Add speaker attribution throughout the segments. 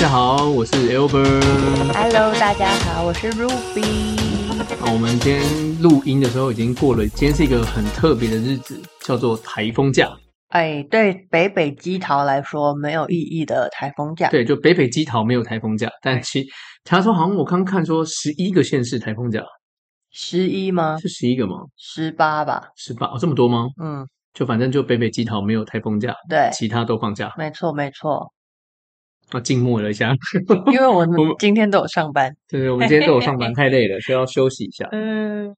Speaker 1: 家好，我是 Albert。啊
Speaker 2: Hello，大家好，我是 Ruby。
Speaker 1: 那我们今天录音的时候已经过了，今天是一个很特别的日子，叫做台风假。
Speaker 2: 哎，对北北基桃来说没有意义的台风假，
Speaker 1: 对，就北北基桃没有台风假，但其他说好像我刚看说十一个县市台风假
Speaker 2: 十一吗？
Speaker 1: 是十一个吗？
Speaker 2: 十八吧？
Speaker 1: 十八、哦、这么多吗？
Speaker 2: 嗯，
Speaker 1: 就反正就北北基桃没有台风假，
Speaker 2: 对，
Speaker 1: 其他都放假。
Speaker 2: 没错没错，
Speaker 1: 啊，静默了一下，
Speaker 2: 因为我们
Speaker 1: 我们
Speaker 2: 今天都有上班。
Speaker 1: 就是我们今天都有上班，太累了，需要休息一下。
Speaker 2: 嗯，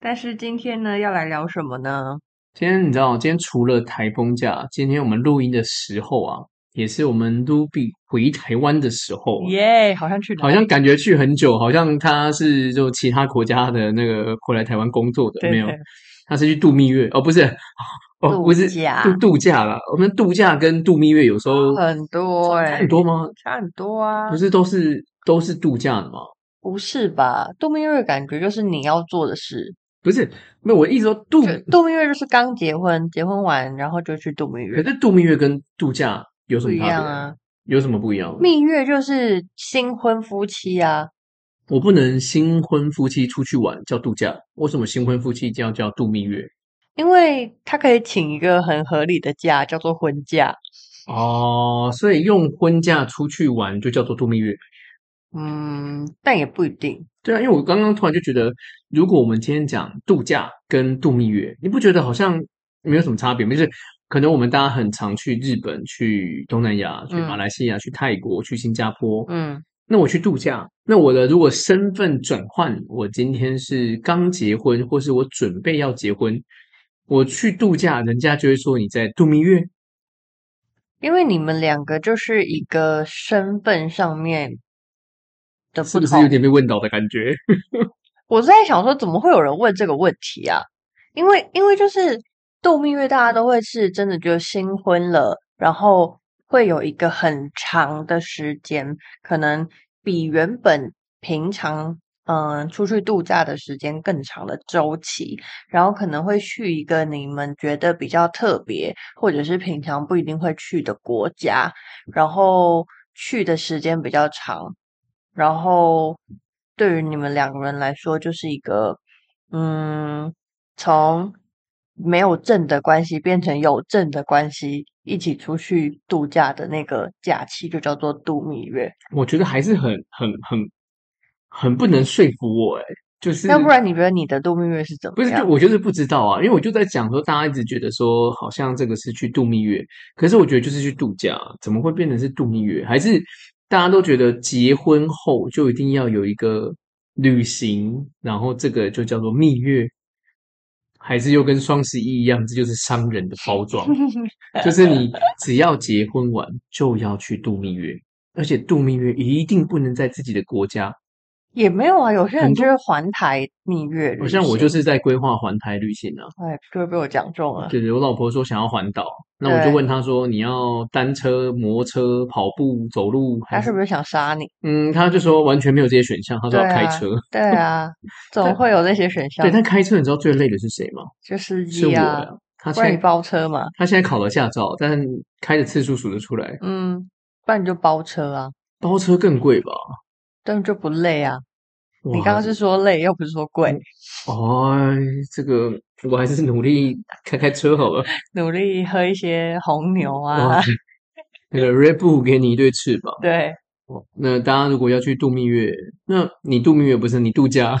Speaker 2: 但是今天呢，要来聊什么呢？
Speaker 1: 今天你知道，今天除了台风假，今天我们录音的时候啊，也是我们 Ruby 回台湾的时候啊、
Speaker 2: 耶、好像去哪
Speaker 1: 好像感觉去很久，好像他是就其他国家的那个回来台湾工作的，
Speaker 2: 对
Speaker 1: 没有
Speaker 2: 对，
Speaker 1: 他是去度蜜月哦，不是，哦
Speaker 2: 度
Speaker 1: 不是
Speaker 2: 假
Speaker 1: 度度假啦。我们度假跟度蜜月有时候
Speaker 2: 很多哎、
Speaker 1: 差很多吗？
Speaker 2: 差很多啊
Speaker 1: 不，是都是都是度假的吗？
Speaker 2: 不是吧？度蜜月感觉就是你要做的事，
Speaker 1: 不是，没有，我一直说度，
Speaker 2: 就度蜜月就是刚结婚，结婚完然后就去度蜜
Speaker 1: 可
Speaker 2: 月，
Speaker 1: 是度蜜月跟度假有什
Speaker 2: 不
Speaker 1: 么
Speaker 2: 一
Speaker 1: 差别？
Speaker 2: 样啊。
Speaker 1: 有什么不一样？
Speaker 2: 蜜月就是新婚夫妻啊，
Speaker 1: 我不能新婚夫妻出去玩叫度假，为什么新婚夫妻一定要叫度蜜月？
Speaker 2: 因为他可以请一个很合理的假，叫做婚假。
Speaker 1: 哦，所以用婚假出去玩就叫做度蜜月。
Speaker 2: 嗯，但也不一定。
Speaker 1: 对啊，因为我刚刚突然就觉得，如果我们今天讲度假跟度蜜月，你不觉得好像没有什么差别吗？就是可能我们大家很常去日本、去东南亚、去
Speaker 2: 嗯
Speaker 1: 马来西亚、去泰国、去新加坡。
Speaker 2: 嗯，
Speaker 1: 那我去度假，那我的如果身份转换，我今天是刚结婚，或是我准备要结婚，我去度假，人家就会说你在度蜜月。
Speaker 2: 因为你们两个就是一个身份上面的
Speaker 1: 是
Speaker 2: 不
Speaker 1: 不是
Speaker 2: 同。
Speaker 1: 有点被问倒的感觉？
Speaker 2: 我是在想说，怎么会有人问这个问题啊？因为因为就是度蜜月，大家都会是真的就新婚了，然后会有一个很长的时间，可能比原本平常嗯、呃出去度假的时间更长的周期，然后可能会去一个你们觉得比较特别，或者是平常不一定会去的国家，然后去的时间比较长，然后对于你们两个人来说，就是一个嗯，从没有证的关系变成有证的关系，一起出去度假的那个假期就叫做度蜜月，
Speaker 1: 我觉得还是很很很很不能说服我哎、就是
Speaker 2: 要不然你觉得你的度蜜月是怎
Speaker 1: 不
Speaker 2: 么
Speaker 1: 是，就
Speaker 2: 样？
Speaker 1: 我就是不知道啊，因为我就在讲说，大家一直觉得说好像这个是去度蜜月，可是我觉得就是去度假，啊怎么会变成是度蜜月？还是大家都觉得结婚后就一定要有一个旅行，然后这个就叫做蜜月，还是又跟双十一一样，这就是商人的包装， 就是你只要结婚完就要去度蜜月，而且度蜜月一定不能在自己的国家，
Speaker 2: 也没有啊，有些人
Speaker 1: 很
Speaker 2: 就
Speaker 1: 多
Speaker 2: 是环台蜜月旅行，
Speaker 1: 好像我就是在规划环台旅行啊。
Speaker 2: 哎，就被我讲中了。
Speaker 1: 对对，我老婆说想要环岛，那我就
Speaker 2: 对
Speaker 1: 问她说你要单车、摩托车、跑步、走路还
Speaker 2: 他
Speaker 1: 是
Speaker 2: 是？不是想杀你？
Speaker 1: 嗯，她就说完全没有这些选项，她说要
Speaker 2: 对
Speaker 1: 开
Speaker 2: 啊
Speaker 1: 车。，
Speaker 2: 对啊，总会有那些选项
Speaker 1: 对，，但开车你知道最累的是谁吗？
Speaker 2: 就司
Speaker 1: 是我
Speaker 2: 机啊
Speaker 1: 呀，。她
Speaker 2: 不
Speaker 1: 现
Speaker 2: 然你
Speaker 1: 在
Speaker 2: 包车嘛，
Speaker 1: 她现在考了驾照，但开的次数数得出来，
Speaker 2: 嗯，不然你就包车啊，
Speaker 1: 包车更贵吧？
Speaker 2: 但就不累啊。你
Speaker 1: 哇嗯
Speaker 2: 刚刚是说累，又不是说贵，
Speaker 1: 哦，这个我还是努力开开车好了。
Speaker 2: 努力喝一些红牛
Speaker 1: 嗯哇
Speaker 2: 啊，，
Speaker 1: 那个 Red Bull 给你一对翅膀。
Speaker 2: 对，
Speaker 1: 哦，那大家如果要去度蜜月，那你度蜜月不是你度假？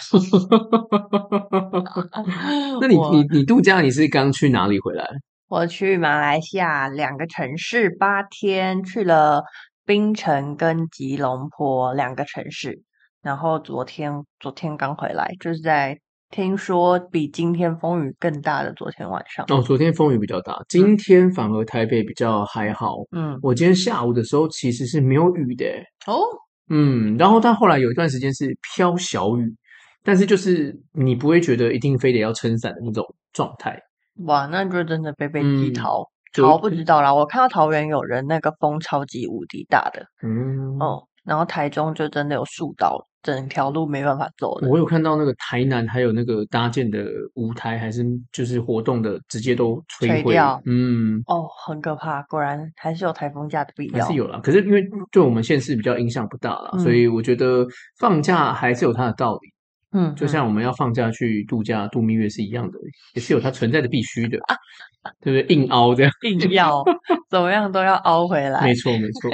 Speaker 1: 那你
Speaker 2: 呃我
Speaker 1: 你你度假你是刚去哪里回来？
Speaker 2: 我去马来西亚两个城市八天，去了槟城跟吉隆坡两个城市，然后昨天昨天刚回来，就是在听说比今天风雨更大的昨天晚上，
Speaker 1: 哦，昨天风雨比较大，今天反而台北比较还好。
Speaker 2: 嗯，
Speaker 1: 我今天下午的时候其实是没有雨的欸，
Speaker 2: 哦，
Speaker 1: 嗯，然后但后来有一段时间是飘小雨，但是就是你不会觉得一定非得要撑伞的那种状态。
Speaker 2: 哇，那就真的被被
Speaker 1: 嗯
Speaker 2: 击逃。
Speaker 1: 就
Speaker 2: 桃不知道啦，我看到桃园有人那个风超级无敌大的，
Speaker 1: 嗯，
Speaker 2: 哦，然后台中就真的有树倒整条路没办法走的。
Speaker 1: 我有看到那个台南还有那个搭建的舞台，还是就是活动的，直接都
Speaker 2: 垂
Speaker 1: 摧毁
Speaker 2: 掉。
Speaker 1: 嗯，
Speaker 2: 哦，很可怕，果然还是有台风假的必
Speaker 1: 还
Speaker 2: 要。
Speaker 1: 是有啦。可是因为对我们县市比较影响不大啦，
Speaker 2: 嗯
Speaker 1: 所以我觉得放假还是有它的道理。
Speaker 2: 嗯，
Speaker 1: 就像我们要放假去度假度蜜月是一样的，也是有它存在的必须的， 对不对？硬凹这样，
Speaker 2: 嗯硬要怎么样都要 凹回来
Speaker 1: 没。错没错。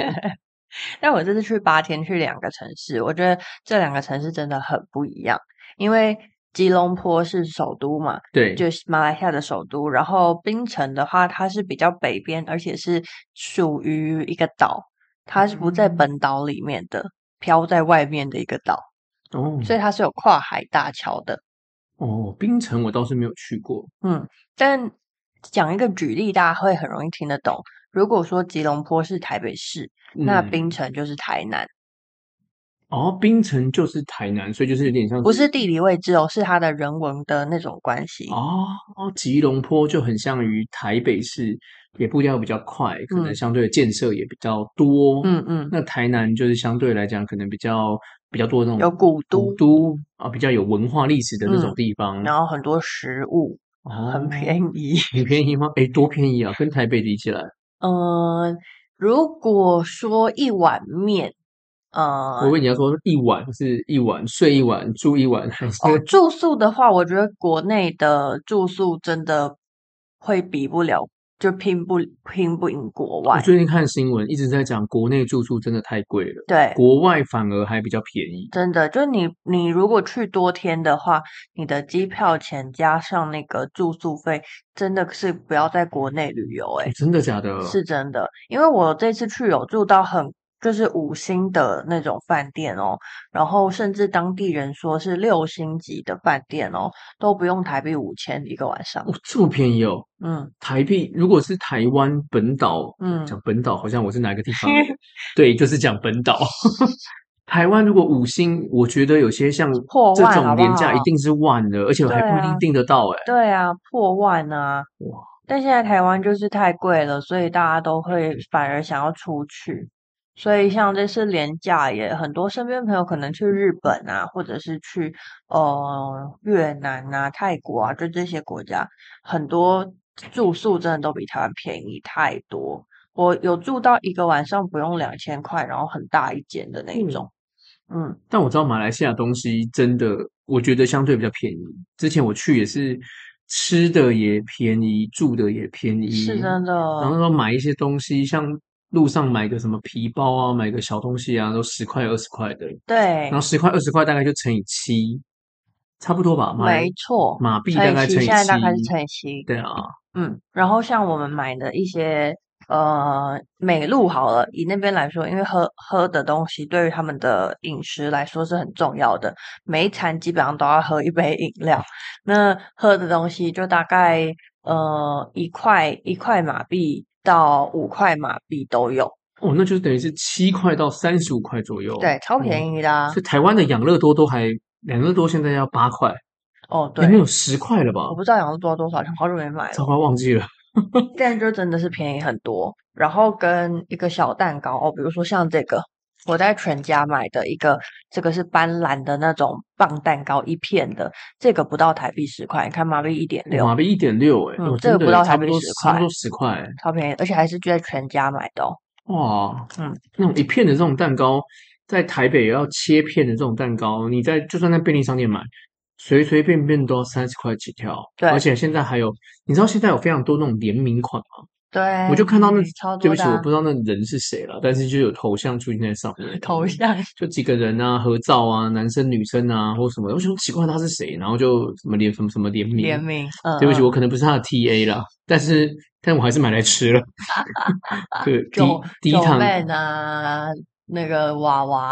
Speaker 2: 但我这次去八天，去两个城市，我觉得这两个城市真的很不一样，因为吉隆坡是首都嘛，
Speaker 1: 对，
Speaker 2: 就是马来西亚的首都。然后槟城的话，它是比较北边，而且是属于一个岛，它是不在
Speaker 1: 嗯
Speaker 2: 本岛里面的，飘在外面的一个岛，
Speaker 1: 哦
Speaker 2: 所以它是有跨海大桥的。
Speaker 1: 哦，冰城我倒是没有去过。
Speaker 2: 嗯，但讲一个举例，大家会很容易听得懂。如果说吉隆坡是台北市，那
Speaker 1: 嗯
Speaker 2: 槟城就是台南，
Speaker 1: 哦，冰城就是台南，所以就是有点像
Speaker 2: 不是地理位置哦，是它的人文的那种关系。
Speaker 1: 哦哦，吉隆坡就很像于台北市，也步调比较快，可能
Speaker 2: 嗯
Speaker 1: 相对的建设也比较多。，
Speaker 2: 嗯嗯，
Speaker 1: 那台南就是相对来讲可能比较比较多那种
Speaker 2: 有古都
Speaker 1: 古，都啊，比较有文化历史的那种
Speaker 2: 嗯
Speaker 1: 地方，
Speaker 2: 然后很多食物，
Speaker 1: 哦
Speaker 2: 很便宜。
Speaker 1: 很便宜吗？诶，多便宜啊！跟台北比起来，
Speaker 2: 嗯，如果说一碗面，
Speaker 1: 我
Speaker 2: 呃，
Speaker 1: 问你要说一碗是一碗睡一碗住一晚， 还是
Speaker 2: 哦，住宿的话，我觉得国内的住宿真的会比不了，就拼不拼不赢国
Speaker 1: 我
Speaker 2: 外。
Speaker 1: 最近看新闻一直在讲国内住宿真的太贵了，
Speaker 2: 对，
Speaker 1: 国外反而还比较便宜。
Speaker 2: 真的，就你你如果去多天的话，你的机票钱加上那个住宿费，真的是不要在国内旅游、欸，
Speaker 1: 诶哦真的假的？
Speaker 2: 是真的，因为我这次去有住到很就是五星的那种饭店哦，然后甚至当地人说是六星级的饭店哦，都不用台币五千一个晚上。
Speaker 1: 哦，这么便宜哦！
Speaker 2: 嗯
Speaker 1: 台币如果是台湾本岛，
Speaker 2: 嗯，
Speaker 1: 讲本岛好像我是哪个地 方的？对，就是讲本岛。 台湾如果五星，我觉得有些像
Speaker 2: 破
Speaker 1: 这
Speaker 2: 万好
Speaker 1: 种
Speaker 2: 不
Speaker 1: 廉价一
Speaker 2: 好
Speaker 1: 定是万的，而且还不一
Speaker 2: 对
Speaker 1: 定
Speaker 2: 啊
Speaker 1: 订得到欸诶。
Speaker 2: 对啊，破万啊！
Speaker 1: 哇，
Speaker 2: 但现在台湾就是太贵了，所以大家都会反而想要出去。所以像这次廉价也很多，身边朋友可能去日本啊，或者是去呃越南啊、泰国啊，就这些国家，很多住宿真的都比台湾便宜太多。我有住到一个晚上不用两千块，然后很大一间的那一
Speaker 1: 嗯
Speaker 2: 种。嗯
Speaker 1: 但我知道马来西亚东西真的，我觉得相对比较便宜。之前我去也是吃的也便宜，住的也便宜，
Speaker 2: 是真的。
Speaker 1: 然后说买一些东西，像路上买个什么皮包啊，买个小东西啊，都十块二十块的，
Speaker 2: 对
Speaker 1: 然后，十块二十块大概就乘以七，差不多吧？马来
Speaker 2: 没错，
Speaker 1: 马币
Speaker 2: 乘
Speaker 1: 大
Speaker 2: 以
Speaker 1: 概
Speaker 2: 七
Speaker 1: 乘以
Speaker 2: 现在大概是
Speaker 1: 七
Speaker 2: 乘以七。
Speaker 1: 对啊，
Speaker 2: 嗯，然后像我们买的一些呃美露好了，以那边来说，因为喝喝的东西对于他们的饮食来说是很重要的，每一餐基本上都要喝一杯饮料。那喝的东西就大概呃一块一块马币到五块马币都有，
Speaker 1: 哦，那就等于是七块到三十五块左右，
Speaker 2: 对，超
Speaker 1: 宜。
Speaker 2: 便宜的啊
Speaker 1: 所以台湾的养乐多都还养乐多现在要八块，
Speaker 2: 哦，
Speaker 1: 里面
Speaker 2: 对，
Speaker 1: 有十块了吧？
Speaker 2: 我不知道养乐多多少钱，好久没买了。
Speaker 1: 糟糕，忘记了。
Speaker 2: 但就真的是便宜很多。然后跟一个小蛋糕哦，比如说像这个，我在全家买的一个，这个是斑斓的那种棒蛋糕，一片的，这个不到台币十块，你看马币一点六
Speaker 1: 马，币一点六，哎，
Speaker 2: 嗯
Speaker 1: 哦
Speaker 2: 这个
Speaker 1: 真的
Speaker 2: 不到
Speaker 1: 差
Speaker 2: 台
Speaker 1: 不
Speaker 2: 币
Speaker 1: 多
Speaker 2: 10
Speaker 1: 差不
Speaker 2: 块
Speaker 1: 多十块，哎
Speaker 2: 超便宜，而且还是就在全家买的哦。
Speaker 1: 哇，
Speaker 2: 嗯，
Speaker 1: 那种一片的这种蛋糕，在台北也要切片的这种蛋糕，你在就算在便利商店买，随随便便都要三十块起跳，
Speaker 2: 对
Speaker 1: 而且现在还有，你知道现在有非常多那种联名款吗？
Speaker 2: 对，
Speaker 1: 我就看到那，
Speaker 2: 哎超
Speaker 1: 对不
Speaker 2: 多
Speaker 1: 起，
Speaker 2: 的
Speaker 1: 我
Speaker 2: 啊
Speaker 1: 不知道那人是谁了，但是就有头像出现在上面，
Speaker 2: 头像，
Speaker 1: 就几个人啊，合照啊，男生女生啊，或什么的，我想说奇怪他是谁，然后就什么联什么什么联名，
Speaker 2: 联名，嗯，
Speaker 1: 对不起，
Speaker 2: 嗯
Speaker 1: 我可能不是他的 TA 啦，但是但我还是买来吃了。 对，低
Speaker 2: 九
Speaker 1: 低
Speaker 2: 九
Speaker 1: 糖
Speaker 2: 妹啊，那个娃娃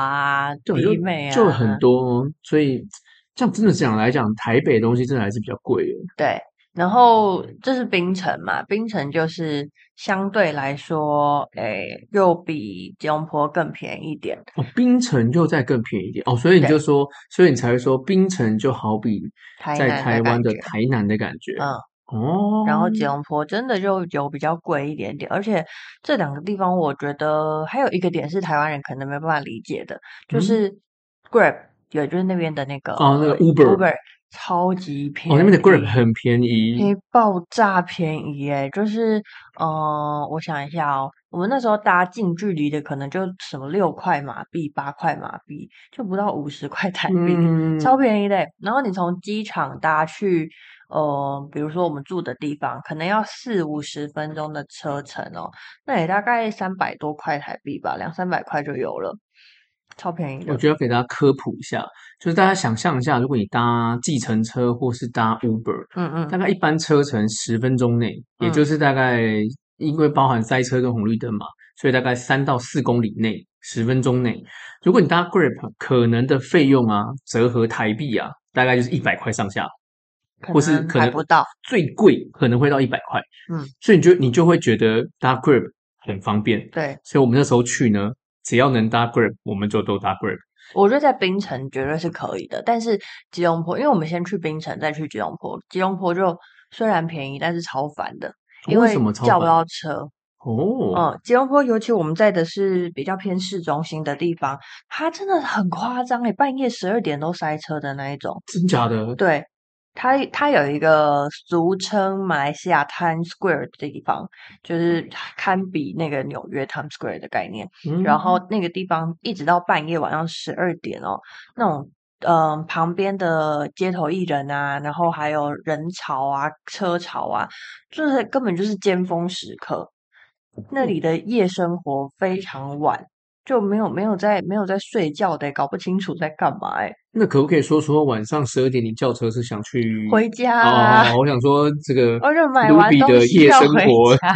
Speaker 2: 啊，
Speaker 1: 就
Speaker 2: 迪妹啊，
Speaker 1: 就很多，所以这样真的讲来讲，台北的东西真的还是比较贵的。
Speaker 2: 对，然后
Speaker 1: 嗯
Speaker 2: 这是槟城嘛，槟城就是相对来说，诶，又比吉隆坡更便宜一点。
Speaker 1: 哦，冰城就再更便宜一点哦，所以你
Speaker 2: 对
Speaker 1: 就说，所以你才会说冰城就好比
Speaker 2: 台
Speaker 1: 在
Speaker 2: 南的
Speaker 1: 台湾
Speaker 2: 感
Speaker 1: 的
Speaker 2: 觉
Speaker 1: 台南的感觉。
Speaker 2: 嗯，
Speaker 1: 哦，
Speaker 2: 然后吉隆坡真的就有比较贵一点点，而且这两个地方我觉得还有一个点是台湾人可能没有办法理解的，就
Speaker 1: 嗯
Speaker 2: 是 Grab 对，就是那边的那个
Speaker 1: 哦那个
Speaker 2: 呃
Speaker 1: Uber
Speaker 2: Uber 超级便宜，
Speaker 1: 哦，那边的 Grab 很便宜
Speaker 2: 便宜爆炸便宜耶！就是，呃，我想一下哦，我们那时候搭近距离的，可能就什么六块马币、八块马币，就不到五十块台币，
Speaker 1: 嗯，
Speaker 2: 超便宜的。然后你从机场搭去，呃，比如说我们住的地方，可能要四五十分钟的车程哦，那也大概三百多块台币吧，两三百块就有了，超便宜的
Speaker 1: 我。觉得给大家科普一下，就是大家想象一下，如果你搭计程车或是搭 Uber，
Speaker 2: 嗯嗯
Speaker 1: 大概一般车程十分钟内，也就是大概因为包含塞车跟红绿灯嘛，所以大概三到四公里内，十分钟内，如果你搭 Grab，可能的费用啊，折合台币啊，大概就是一百块上下，，
Speaker 2: 可
Speaker 1: 或是
Speaker 2: 能
Speaker 1: 可
Speaker 2: 还
Speaker 1: 能
Speaker 2: 不到。
Speaker 1: 最贵可能会到一百块，
Speaker 2: 嗯，
Speaker 1: 所以你就你就会觉得搭 Grab 很方便，
Speaker 2: 对，
Speaker 1: 所以我们那时候去呢，只要能搭 Grab，我们就都搭 Grab。
Speaker 2: 我觉得在槟城绝对是可以的，但是吉隆坡，因为我们先去槟城，再去吉隆坡，吉隆坡就虽然便宜，但是超烦的，因
Speaker 1: 什么超
Speaker 2: 叫不
Speaker 1: 烦
Speaker 2: 到车。
Speaker 1: 哦，
Speaker 2: 嗯，吉隆坡尤其我们在的是比较偏市中心的地方，它真的很夸张诶，半夜十二点都塞车的那一种。
Speaker 1: 真假的？
Speaker 2: 对，它它有一个俗称马来西亚 Times Square 的地方，就是堪比那个纽约 Times Square 的概念。
Speaker 1: 嗯
Speaker 2: 然后那个地方一直到半夜晚上十二点哦，那种嗯、呃旁边的街头艺人啊，然后还有人潮啊、车潮啊，就是根本就是尖峰时刻。那
Speaker 1: 嗯
Speaker 2: 里的夜生活非常晚，就没有没有在没有在睡觉的，搞不清楚在干嘛哎，
Speaker 1: 那可不可以说说晚上十二点你叫车是想去
Speaker 2: 回家
Speaker 1: 哦
Speaker 2: 啊，
Speaker 1: 好我想说这个
Speaker 2: 哦就买
Speaker 1: 卢
Speaker 2: 完
Speaker 1: 比
Speaker 2: 东
Speaker 1: 的
Speaker 2: 西
Speaker 1: 夜
Speaker 2: 要
Speaker 1: 生
Speaker 2: 回
Speaker 1: 活
Speaker 2: 家，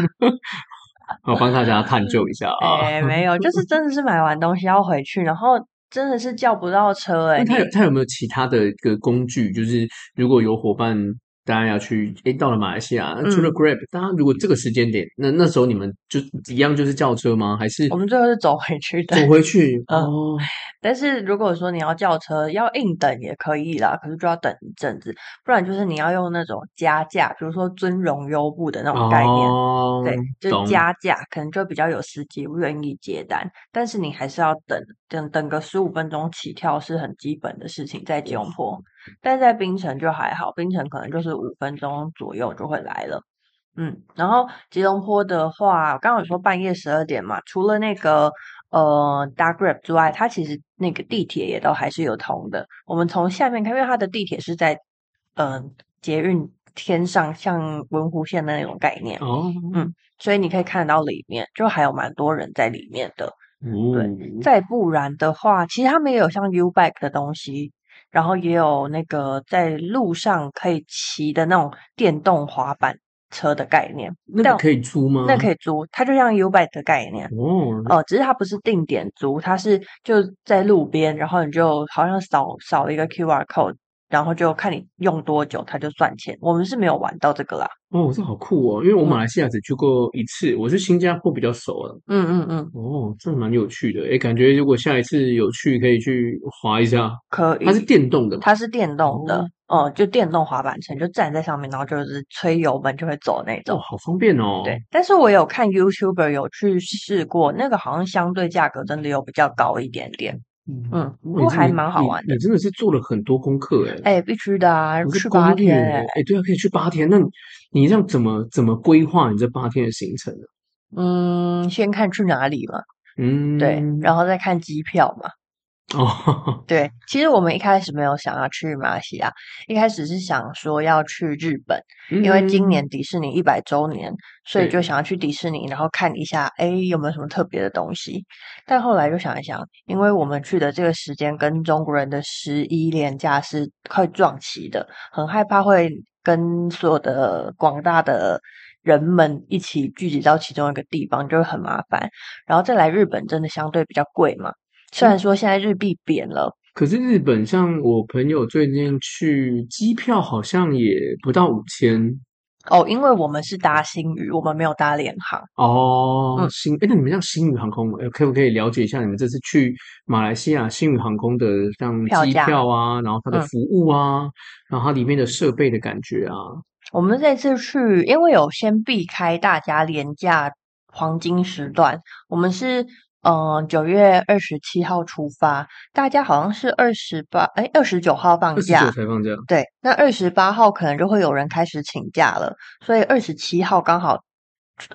Speaker 1: 我帮大家探究一下啊。
Speaker 2: 哎、没有，就是真的是买完东西要回去，然后真的是叫不到车哎，
Speaker 1: 那他
Speaker 2: 你
Speaker 1: 有他有没有其他的一个工具？就是如果有伙伴大家要去，诶，到了马来西亚，除了
Speaker 2: 嗯
Speaker 1: Grab，大家如果这个时间点，那那时候你们就一样就是叫车吗？还是
Speaker 2: 我们最后是走回去的。
Speaker 1: 走回去？
Speaker 2: 嗯
Speaker 1: 哦，
Speaker 2: 但是如果说你要叫车，要硬等也可以啦，可是就要等一阵子，不然就是你要用那种加价，比如说尊荣优步的那种概念，
Speaker 1: 哦，
Speaker 2: 对，就
Speaker 1: 懂
Speaker 2: 是加价，可能就比较有司机愿意接单，但是你还是要等等等个十五分钟起跳是很基本的事情，在吉隆坡，但在槟城就还好，槟城可能就是五分钟左右就会来了。嗯，然后吉隆坡的话，刚刚有说半夜十二点嘛，除了那个呃搭 Grab 之外，它其实那个地铁也都还是有通的。我们从下面看，因为它的地铁是在嗯、呃捷运天上，像文湖线的那种概念，
Speaker 1: 哦，
Speaker 2: 所以你可以看得到里面，就还有蛮多人在里面的。
Speaker 1: 对
Speaker 2: 嗯再不然的话，其实他们也有像 U bike 的东西，然后也有那个在路上可以骑的那种电动滑板车的概念，
Speaker 1: 那
Speaker 2: 但
Speaker 1: 个可以租吗？
Speaker 2: 那可
Speaker 1: 以
Speaker 2: 以租，它就像 U bike 的概念。
Speaker 1: 哦，
Speaker 2: 哦，只是它不是定点租，它是就在路边，然后你就好像扫扫一个 QR code，然后就看你用多久，它就算钱。我们是没有玩到这个啦。
Speaker 1: 哦，这好酷哦！因为我
Speaker 2: 嗯
Speaker 1: 马来西亚只去过一次，我是新加坡比较熟了。
Speaker 2: 嗯嗯嗯，
Speaker 1: 哦，这蛮有趣的，诶，感觉如果下一次有去，可以去滑一下。
Speaker 2: 可以。
Speaker 1: 它是电动的嘛？
Speaker 2: 它是电动的
Speaker 1: 哦，
Speaker 2: 哦、就电动滑板车，你就站在上面，然后就是吹油门就会走那
Speaker 1: 哦，
Speaker 2: 种。
Speaker 1: 好方便哦。
Speaker 2: 对，，但是我有看 YouTuber 有去试过，那个好像相对价格真的有比较高一点点，
Speaker 1: 嗯，哇
Speaker 2: 嗯，不过
Speaker 1: 你
Speaker 2: 还
Speaker 1: 你
Speaker 2: 蛮好
Speaker 1: 你
Speaker 2: 玩
Speaker 1: 你
Speaker 2: 的。
Speaker 1: 真的是做了很多功课诶。
Speaker 2: 哎，必须的啊，
Speaker 1: 不是
Speaker 2: 去
Speaker 1: 攻
Speaker 2: 八
Speaker 1: 略
Speaker 2: 天
Speaker 1: 诶，
Speaker 2: 哎，
Speaker 1: 诶，对啊，可以去八天。那你你这样怎么怎么规划你这八天的行程呢？
Speaker 2: 嗯，先看去哪里嘛，
Speaker 1: 嗯，
Speaker 2: 对，然后再看机票嘛，
Speaker 1: 哦，
Speaker 2: 对。其实我们一开始没有想要去马来西亚，一开始是想说要去日本，
Speaker 1: 嗯
Speaker 2: 因为今年迪士尼一百周年，所以就
Speaker 1: 对
Speaker 2: 想要去迪士尼，然后看一下，哎，有没有什么特别的东西。但后来就想一想，因为我们去的这个时间跟中国人的十一连假是快撞齐的，很害怕会跟所有的广大的人们一起聚集到其中一个地方，就会很麻烦。然后再来日本，真的相对比较贵嘛。虽然说现在日币贬了，
Speaker 1: 可是日本像我朋友最近去，机票好像也不到五千
Speaker 2: 哦，因为我们是搭新宇，我们没有搭联航。
Speaker 1: 哦。
Speaker 2: 嗯
Speaker 1: 新哎，那你们像星宇航空，呃可不可以了解一下你们这次去马来西亚星宇航空的像
Speaker 2: 票
Speaker 1: 机
Speaker 2: 价
Speaker 1: 票啊，然后它的
Speaker 2: 嗯
Speaker 1: 服务啊，然后它里面的设备的感觉啊？
Speaker 2: 我们这次去，因为有先避开大家廉价黄金时段，我们是嗯，九月二十七号出发，大家好像是二十八，哎，二十九号放
Speaker 1: 二十九
Speaker 2: 假，
Speaker 1: 才放假，
Speaker 2: 对，那二十八号可能就会有人开始请假了，所以二十七号刚好，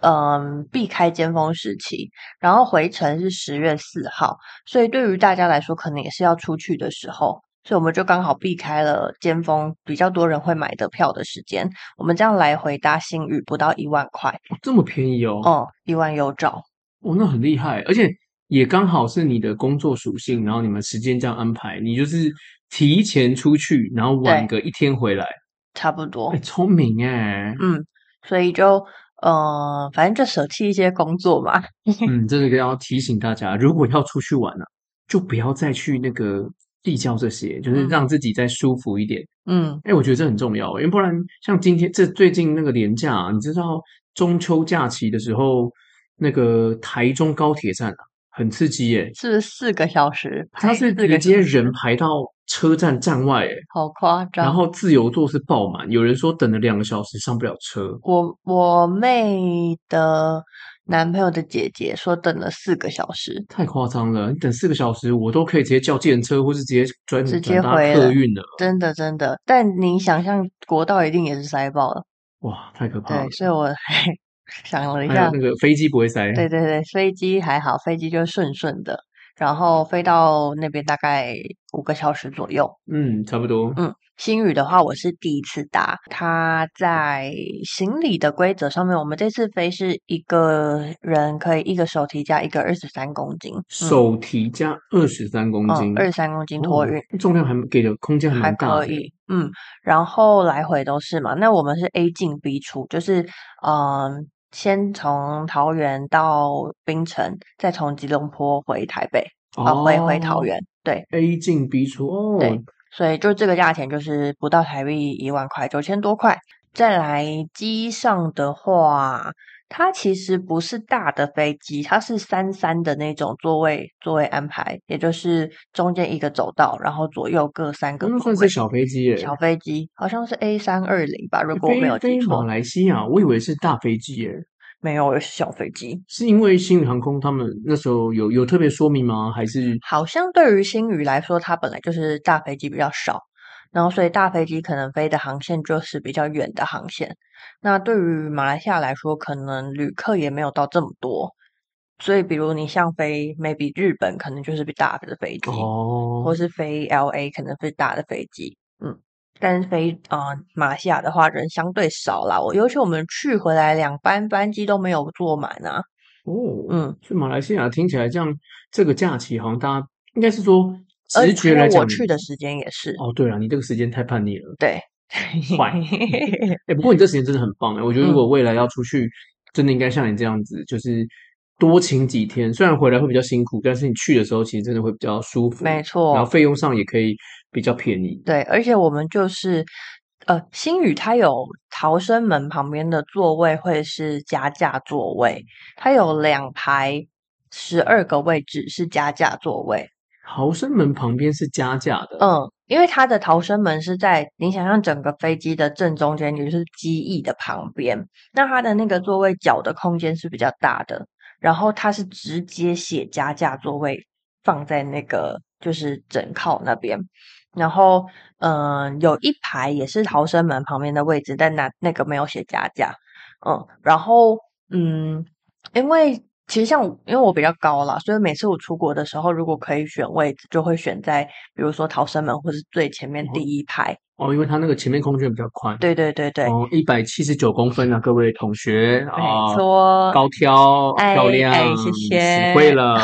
Speaker 2: 嗯，避开尖峰时期，然后回程是十月四号，所以对于大家来说，可能也是要出去的时候，所以我们就刚好避开了尖峰比较多人会买的票的时间，我们这样来回搭新宇不到一万块，
Speaker 1: 这么便宜哦，
Speaker 2: 哦、一万有找，
Speaker 1: 哦，那很厉害，而且也刚好是你的工作属性，然后你们时间这样安排，你就是提前出去，然后晚个一天回来，
Speaker 2: 差不多
Speaker 1: 哎，，聪明哎，
Speaker 2: 嗯，所以就。嗯，反正就舍弃一些工作嘛，
Speaker 1: 嗯，这个要提醒大家，如果要出去玩呢、啊就不要再去那个地窖这些，就是
Speaker 2: 嗯
Speaker 1: 让自己再舒服一点。
Speaker 2: 嗯，
Speaker 1: 哎、我觉得这很重要，因为不然像今天这最近那个廉价、啊，你知道中秋假期的时候，那个台中高铁站啊，很刺激耶、
Speaker 2: 是不是四个小时？
Speaker 1: 它是
Speaker 2: 四
Speaker 1: 直
Speaker 2: 哎个
Speaker 1: 接
Speaker 2: 小时
Speaker 1: 人排到车站站外耶、
Speaker 2: 好夸张。
Speaker 1: 然后自由座是爆满，有人说等了两个小时上不了车，
Speaker 2: 我我妹的男朋友的姐姐说等了四个小时，
Speaker 1: 太夸张了！你等四个小时，我都可以直接叫计程车，或是直接转
Speaker 2: 直接
Speaker 1: 转搭
Speaker 2: 回
Speaker 1: 客
Speaker 2: 了
Speaker 1: 运了。
Speaker 2: 真的真的。但你想象国道一定也是塞爆了，
Speaker 1: 哇，太可怕了
Speaker 2: 对，！所以我还 想了一
Speaker 1: 还
Speaker 2: 下
Speaker 1: 有那，个飞机不会塞，
Speaker 2: 对对对，飞机还好，飞机就顺顺的，然后飞到那边大概五个小时左右。
Speaker 1: 嗯，差不多。
Speaker 2: 嗯，新宇的话，我是第一次搭。它在行李的规则上面，我们这次飞是一个人可以一个手提加一个二十三公斤，嗯
Speaker 1: 手提加二十三公斤，
Speaker 2: 哦二十三公斤托运、
Speaker 1: 哦重量还给的空间还
Speaker 2: 还
Speaker 1: 蛮大
Speaker 2: 可
Speaker 1: 的耶，
Speaker 2: 以，嗯，然后来回都是嘛。那我们是 A 进 B 出，就是嗯、先从桃园到槟城，再从吉隆坡回台北，啊、
Speaker 1: 哦，
Speaker 2: 回回桃园，对。
Speaker 1: ，A 进 B 出哦，
Speaker 2: 对所以就这个价钱就是不到台币一万块，九千多块。再来机上的话，它其实不是大的飞机，它是三三的那种座位座位安排，也就是中间一个走道，然后左右各三个
Speaker 1: 那
Speaker 2: 座
Speaker 1: 算
Speaker 2: 位。
Speaker 1: 是小飞机耶，
Speaker 2: 小飞机好像是 A 三二零吧，如果我
Speaker 1: 飞
Speaker 2: 没有记
Speaker 1: 飞马
Speaker 2: 错，
Speaker 1: 来西亚，我以为是大飞机耶，
Speaker 2: 没有是小飞机。
Speaker 1: 是因为星宇航空他们那时候有有特别说明吗？还是
Speaker 2: 好像对于新宇来说，它本来就是大飞机比较少，然后所以大飞机可能飞的航线就是比较远的航线。那对于马来西亚来说，可能旅客也没有到这么多，所以比如你像飞 maybe 日本，可能就是比大的飞机，
Speaker 1: 哦
Speaker 2: 或是飞 LA 可能是大的飞机，嗯。但是飞啊、呃马来西亚的话人相对少啦，我尤其我们去回来两班班机都没有坐满啊，
Speaker 1: 哦，
Speaker 2: 嗯，
Speaker 1: 去马来西亚听起来这样，这个假期好像大家应该是说
Speaker 2: 而
Speaker 1: 直觉
Speaker 2: 还有
Speaker 1: 来讲，
Speaker 2: 我去的时间也是，
Speaker 1: 哦，对了，你这个时间太叛逆了。
Speaker 2: 对，
Speaker 1: 坏哎、不过你这时间真的很棒哎、我觉得如
Speaker 2: 嗯
Speaker 1: 果未来要出去，真的应该像你这样子，就是多请几天。虽然回来会比较辛苦，但是你去的时候其实真的会比较舒服，
Speaker 2: 没
Speaker 1: 然
Speaker 2: 错
Speaker 1: 后，费用上也可以比较便宜。
Speaker 2: 对，而且我们就是，呃，新宇它有逃生门旁边的座位会是加价座位，它有两排十二个位置是加价座位。
Speaker 1: 逃生门旁边是加价的，
Speaker 2: 嗯，因为它的逃生门是在你想象整个飞机的正中间，也就是机翼的旁边，那它的那个座位角的空间是比较大的，然后它是直接写加价座位放在那个就是整靠那边，然后嗯、呃有一排也是逃生门旁边的位置，但那那个没有写加价，嗯，然后嗯，因为其实像我因为我比较高啦，所以每次我出国的时候，如果可以选位置，就会选在比如说逃生门或是最前
Speaker 1: 嗯
Speaker 2: 面第一排。
Speaker 1: 哦，因为它那个前面空间比较宽，
Speaker 2: 对对对对，
Speaker 1: 哦，一百七十九公分啊，各位同学啊，
Speaker 2: 没错。
Speaker 1: 高挑
Speaker 2: 哎
Speaker 1: 漂亮，
Speaker 2: 哎，谢谢，
Speaker 1: 学会 了，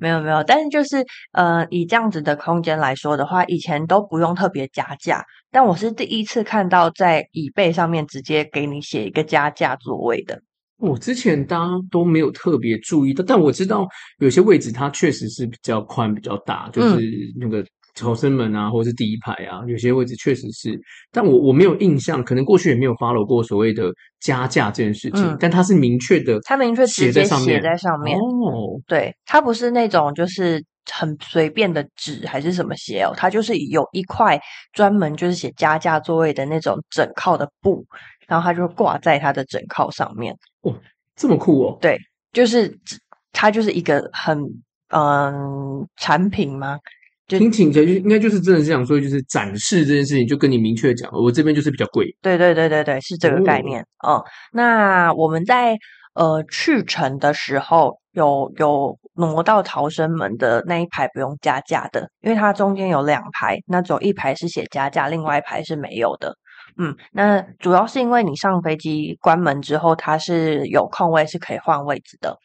Speaker 2: 没有没有，但是就是呃，以这样子的空间来说的话，以前都不用特别加价，但我是第一次看到在椅背上面直接给你写一个加价座位的。
Speaker 1: 我之前大家都没有特别注意到，但我知道有些位置它确实是比较宽、比较大，
Speaker 2: 嗯
Speaker 1: 就是那个逃生门啊，或者是第一排啊，有些位置确实是，但我我没有印象，可能过去也没有 follow 过所谓的加价这件事情，
Speaker 2: 嗯
Speaker 1: 但它是明确的，
Speaker 2: 它明确直
Speaker 1: 写
Speaker 2: 接
Speaker 1: 在上
Speaker 2: 写
Speaker 1: 面，
Speaker 2: 在上面，
Speaker 1: 哦，
Speaker 2: 对，它不是那种就是很随便的纸还是什么写哦，它就是有一块专门就是写加价座位的那种整靠的布，然后它就挂在它的整靠上面。
Speaker 1: 这么酷哦，
Speaker 2: 对，就是它就是一个很嗯产品吗？就
Speaker 1: 听起来就应该就是真的是想说，就是展示这件事情，就跟你明确地讲，我这边就是比较贵。
Speaker 2: 对对对对对，是这个概念哦、那我们在呃去程的时候，有有挪到逃生门的那一排不用加价的，因为它中间有两排，那只有一排是写加价，另外一排是没有的。嗯，那主要是因为你上飞机关门之后，它是有空位是可以换位置的，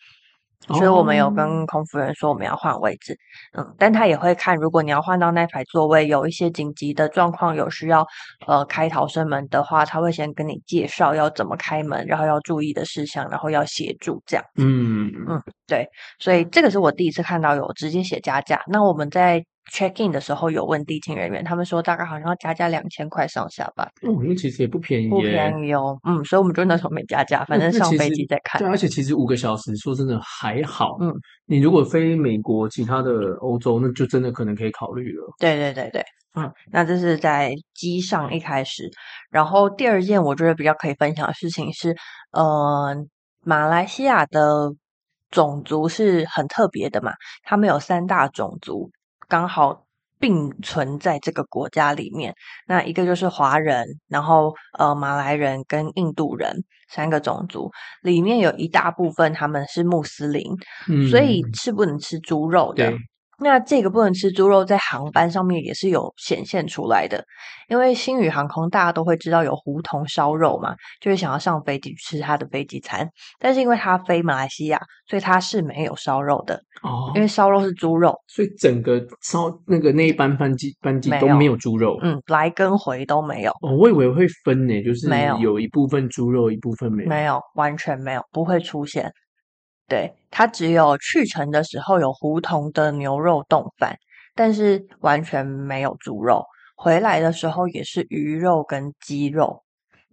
Speaker 2: 所以我们有跟空服员说我们要换位置。嗯，但他也会看，如果你要换到那排座位，有一些紧急的状况，有需要呃开逃生门的话，他会先跟你介绍要怎么开门，然后要注意的事项，然后要协助这样。
Speaker 1: 嗯，
Speaker 2: 所以这个是我第一次看到有直接写加价。那我们在 check in 的时候有问地勤人员，他们说大概好像要加价两千块上下吧，
Speaker 1: 哦，那其实也不便宜耶，
Speaker 2: 不便宜哦。嗯，所以我们就那时候没加价，反
Speaker 1: 那
Speaker 2: 正
Speaker 1: 哦那
Speaker 2: 上
Speaker 1: 其
Speaker 2: 飞
Speaker 1: 实
Speaker 2: 机再看
Speaker 1: 嗯对。啊，而且其实五个小时，说真的还好。
Speaker 2: 嗯，
Speaker 1: 你如果飞美国、其他的欧洲，那就真的可能可以考虑了。
Speaker 2: 对对对对，嗯，那这是在机上一开始，然后第二件我觉得比较可以分享的事情是，呃，马来西亚的种族是很特别的嘛，他们有三大种族，刚好并存在这个国家里面。那一个就是华人，然后呃马来人跟印度人三个种族，里面有一大部分他们是穆斯林，
Speaker 1: 嗯，
Speaker 2: 所以是不能吃猪肉的
Speaker 1: 对。
Speaker 2: 那这个不能吃猪肉，在航班上面也是有显现出来的，因为星宇航空大家都会知道有胡同烧肉嘛，就是想要上飞机吃它的飞机餐，但是因为它飞马来西亚，所以它是没有烧肉的，
Speaker 1: 哦
Speaker 2: 因，为烧肉是猪肉，
Speaker 1: 所以整个烧那个那一班班机班机
Speaker 2: 没
Speaker 1: 都
Speaker 2: 有
Speaker 1: 没有猪肉。
Speaker 2: 嗯，来跟回都没有，
Speaker 1: 哦，我以为会分呢，就是
Speaker 2: 没有
Speaker 1: 有一部分猪肉，一部分没有。
Speaker 2: 没有，完全没有，不会出现。对，它只有去程的时候有胡同的牛肉冻饭，但是完全没有猪肉。回来的时候也是鱼肉跟鸡肉，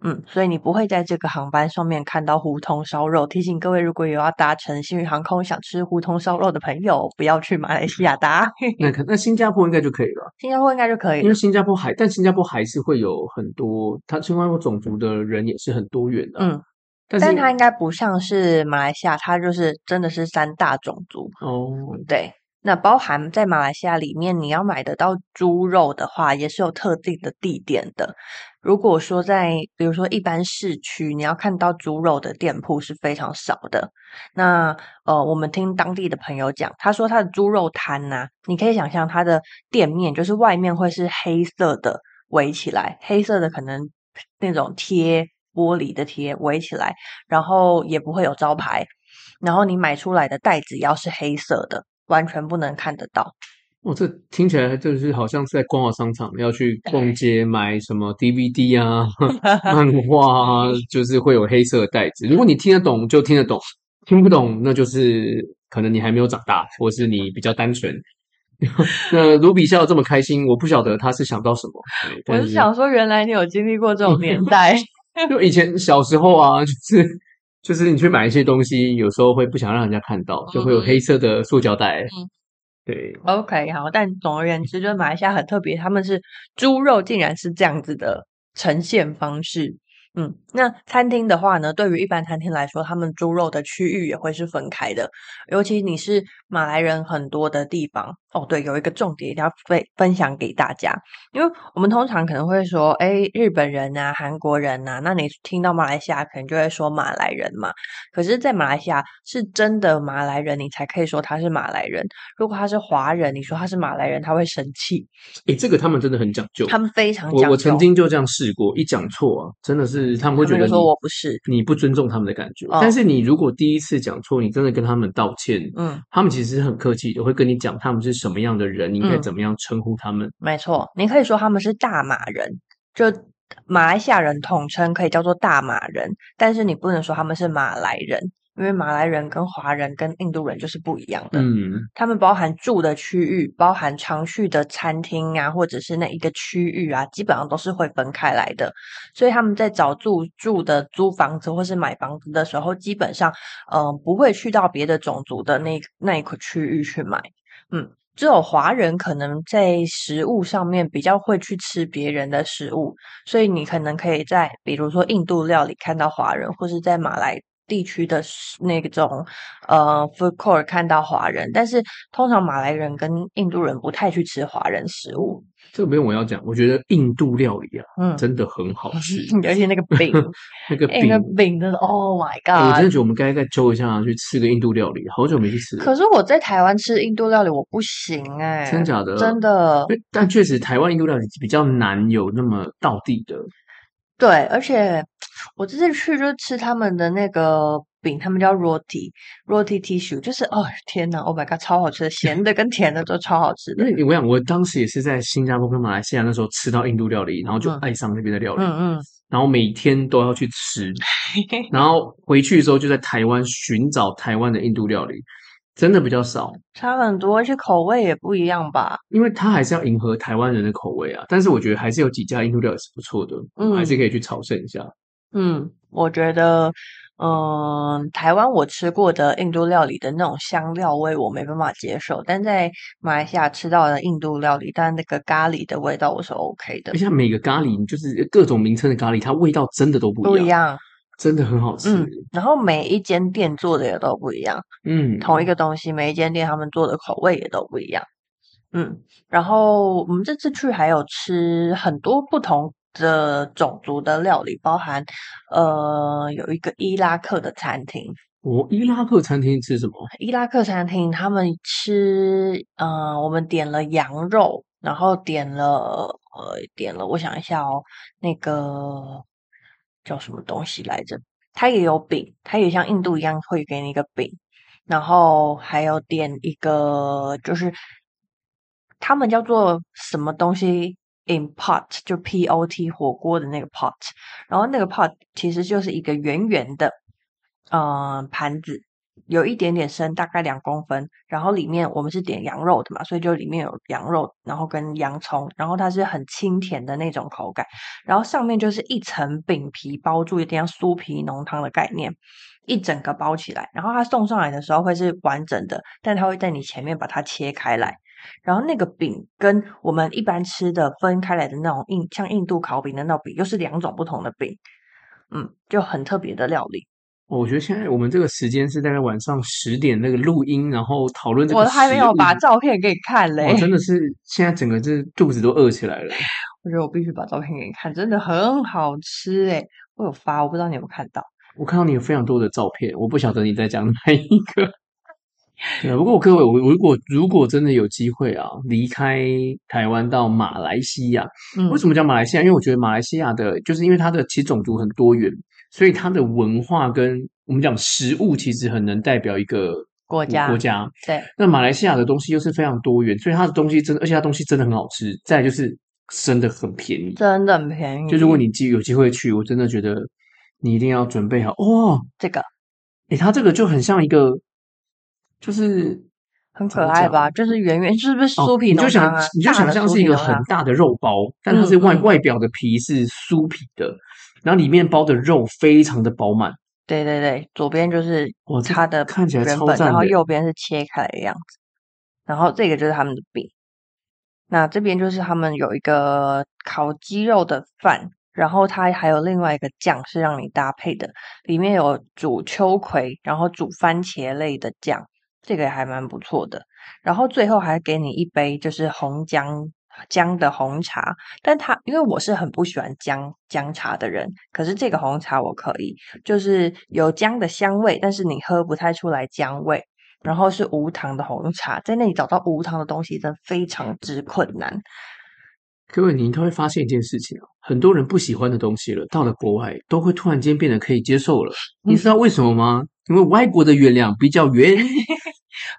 Speaker 2: 嗯，所以你不会在这个航班上面看到胡同烧肉。提醒各位，如果有要搭乘星宇航空想吃胡同烧肉的朋友，不要去马来西亚搭，
Speaker 1: 那可那新加坡应该就可以了，
Speaker 2: 新加坡应该就可以
Speaker 1: 因
Speaker 2: 了
Speaker 1: 为。新加坡还但新加坡还是会有很多，它新加坡种族的人也是很多元的。啊
Speaker 2: 嗯，
Speaker 1: 但
Speaker 2: 但
Speaker 1: 是
Speaker 2: 它应该不像是马来西亚，它就是真的是三大种族。
Speaker 1: 哦，
Speaker 2: 对，那包含在马来西亚里面，你要买得到猪肉的话，也是有特定的地点的。如果说在比如说一般市区，你要看到猪肉的店铺是非常少的。那呃，我们听当地的朋友讲，他说他的猪肉摊呐、你可以想象它的店面就是外面会是黑色的围起来，黑色的可能那种贴玻璃的贴围起来，然后也不会有招牌，然后你买出来的袋子也要是黑色的，完全不能看得到。
Speaker 1: 我哦这听起来就是好像是在逛好商场，要去逛街买什么 DVD 啊、漫画啊，就是会有黑色的袋子。如果你听得懂就听得懂，听不懂那就是可能你还没有长大，或是你比较单纯。 那卢比笑得这么开心，我不晓得他是想到什么。对
Speaker 2: 我
Speaker 1: 但
Speaker 2: 是想说，原来你有经历过这种年代，
Speaker 1: 就以前小时候啊， 就是就是你去买一些东西，有时候会不想让人家看到，就会有
Speaker 2: 嗯
Speaker 1: 黑色的塑胶袋。对，
Speaker 2: OK，好，但总而言之，就是马来西亚很特别，他们是猪肉竟然是这样子的呈现方式。嗯，那餐厅的话呢，对于一般餐厅来说，他们猪肉的区域也会是分开的，尤其你是马来人很多的地方。哦，对，有一个重点一定要分分享给大家，因为我们通常可能会说，哎，日本人呐、韩国人呐、那你听到马来西亚可能就会说马来人嘛。可是，在马来西亚是真的马来人，你才可以说他是马来人。如果他是华人，你说他是马来人，他会生气，
Speaker 1: 诶，这个他们真的很讲究。
Speaker 2: 他们非常讲究。
Speaker 1: 我我曾经就这样试过，一讲错啊，真的是他们会
Speaker 2: 他
Speaker 1: 觉
Speaker 2: 们
Speaker 1: 得
Speaker 2: 就
Speaker 1: 你
Speaker 2: 说我不是，
Speaker 1: 你不尊重他们的感觉。
Speaker 2: 哦
Speaker 1: 但是你如果第一次讲错，你真的跟他们道歉，
Speaker 2: 嗯，
Speaker 1: 他们其实很客气的，会跟你讲他们是什么样的人，你应该
Speaker 2: 嗯
Speaker 1: 怎么样称呼他们。
Speaker 2: 没错，你可以说他们是大马人，就马来西亚人统称可以叫做大马人，但是你不能说他们是马来人，因为马来人跟华人跟印度人就是不一样的。
Speaker 1: 嗯，
Speaker 2: 他们包含住的区域，包含常去的餐厅啊，或者是那一个区域啊，基本上都是会分开来的。所以他们在找住住的租房子或是买房子的时候，基本上嗯、呃不会去到别的种族的那那一个区域去买。嗯，只有华人可能在食物上面比较会去吃别人的食物，所以你可能可以在比如说印度料理看到华人，或是在马来地区的那种呃 food court 看到华人，但是通常马来人跟印度人不太去吃华人食物。
Speaker 1: 这边我要讲，我觉得印度料理啊，
Speaker 2: 嗯，
Speaker 1: 真的很好吃，
Speaker 2: 尤其那 个饼，
Speaker 1: 那个
Speaker 2: 哎
Speaker 1: 饼。
Speaker 2: 那个饼真的，Oh my
Speaker 1: 哎我真
Speaker 2: god！
Speaker 1: 的觉得我们该再揪一下去吃个印度料理，好久没去吃了。
Speaker 2: 可是我在台湾吃印度料理我不行哎、
Speaker 1: 真假的
Speaker 2: 真的
Speaker 1: 因为但确实台湾印度料理比较难有那么道地的，
Speaker 2: 对，而且我这次去就吃他们的那个饼，他们叫 roti roti tissue，就是哦天呐 o h my god，超 好吃的，咸的跟甜的都超好吃的
Speaker 1: 因。为我想我当时也是在新加坡跟马来西亚那时候吃到印度料理，然后就
Speaker 2: 嗯
Speaker 1: 爱上那边的料理，
Speaker 2: 嗯嗯，
Speaker 1: 然后每天都要去 吃，然后回去的时候就在台湾寻找台湾的印度料理，真的比较少，
Speaker 2: 差很多，而且口味也不一样吧？
Speaker 1: 因为它还是要迎合台湾人的口味啊。但是我觉得还是有几家印度料理是不错的，
Speaker 2: 嗯
Speaker 1: 还是可以去朝圣一下。
Speaker 2: 嗯，我觉得，嗯，台湾我吃过的印度料理的那种香料味我没办法接受，但在马来西亚吃到的印度料理，但那个咖喱的味道我是 OK 的
Speaker 1: 而，且它每个咖喱就是各种名称的咖喱，它味道真的都不
Speaker 2: 不
Speaker 1: 一
Speaker 2: 一
Speaker 1: 样，
Speaker 2: 样。
Speaker 1: 真的很好吃。
Speaker 2: 嗯，然后每一间店做的也都不一样，
Speaker 1: 嗯，
Speaker 2: 同一个东西，每一间店他们做的口味也都不一样。嗯，然后我们这次去还有吃很多不同的种族的料理，包含呃有一个伊拉克的餐厅，
Speaker 1: 我伊拉克餐厅吃什么？
Speaker 2: 伊拉克餐厅他们吃，嗯、我们点了羊肉，然后点了呃点了，我想一下哦，那个叫什么东西来着？它也有饼，它也像印度一样会给你一个饼，然后还有点一个就是他们叫做什么东西 in pot，就 P O T 火锅的那个 pot，然后那个 pot 其实就是一个圆圆的，嗯，盘子，有一点点深，大概两公分。然后里面我们是点羊肉的嘛，所以就里面有羊肉，然后跟洋葱，然后它是很清甜的那种口感。然后上面就是一层饼皮包住，有点像酥皮浓汤的概念，一整个包起来。然后它送上来的时候会是完整的，但它会在你前面把它切开来。然后那个饼跟我们一般吃的分开来的那种印，像印度烤饼的那种饼，又是两种不同的饼，嗯，就很特别的料理。
Speaker 1: 我觉得现在我们这个时间是大概晚上十点那个录音，然后讨论这个
Speaker 2: 我都还没
Speaker 1: 食
Speaker 2: 有
Speaker 1: 物
Speaker 2: 把照片给你看嘞，
Speaker 1: 我真的是现在整个这肚子都饿起来了。
Speaker 2: 我觉得我必须把照片给你看，真的很好吃诶，我有发，我不知道你有没有看到。
Speaker 1: 我看到你有非常多的照片，我不晓得你在讲哪一个。对啊，不过各位，我如果如果真的有机会啊，离开台湾到马来西亚，
Speaker 2: 嗯
Speaker 1: 为什么讲马来西亚？因为我觉得马来西亚的，就是因为它的其实种族很多元，所以它的文化跟我们讲食物其实很能代表一个
Speaker 2: 国家
Speaker 1: 国家，
Speaker 2: 对，
Speaker 1: 那马来西亚的东西又是非常多元，所以它的东西真的，而且它东西真的很好吃。再来就是真的很便宜，
Speaker 2: 真的很便宜。
Speaker 1: 就如果你机有机会去，我真的觉得你一定要准备好哦。
Speaker 2: 这个
Speaker 1: 诶，它这个就很像一个，就是
Speaker 2: 很
Speaker 1: 怎么
Speaker 2: 可爱
Speaker 1: 讲
Speaker 2: 吧，就是圆圆，是不是酥
Speaker 1: 哦，
Speaker 2: 皮
Speaker 1: 你
Speaker 2: 浓
Speaker 1: 就
Speaker 2: 汤
Speaker 1: 想
Speaker 2: 啊？
Speaker 1: 你就
Speaker 2: 大
Speaker 1: 想
Speaker 2: 的
Speaker 1: 象
Speaker 2: 酥
Speaker 1: 是
Speaker 2: 皮
Speaker 1: 一个
Speaker 2: 浓
Speaker 1: 很
Speaker 2: 汤
Speaker 1: 大的肉包，但它
Speaker 2: 嗯
Speaker 1: 是外
Speaker 2: 嗯
Speaker 1: 外表的皮是酥皮的，然后里面包的肉非常的饱满，
Speaker 2: 对对对，左边就是
Speaker 1: 哇这
Speaker 2: 它的
Speaker 1: 看起来
Speaker 2: 原
Speaker 1: 超
Speaker 2: 本，然
Speaker 1: 赞
Speaker 2: 后
Speaker 1: 的
Speaker 2: 右边是切开来的样子，然后这个就是他们的饼。那这边就是他们有一个烤鸡肉的饭，然后它还有另外一个酱是让你搭配的，里面有煮秋葵，然后煮番茄类的酱，这个也还蛮不错的。然后最后还给你一杯就是红姜姜的红茶，但它因为我是很不喜欢姜姜茶的人，可是这个红茶我可以，就是有姜的香味，但是你喝不太出来姜味。然后是无糖的红茶，在那里找到无糖的东西真的非常之困难。
Speaker 1: 各位，你都会发现一件事情啊，很多人不喜欢的东西了，到了国外都会突然间变得可以接受了。你知道为什么吗？因为外国的月亮比较 圆。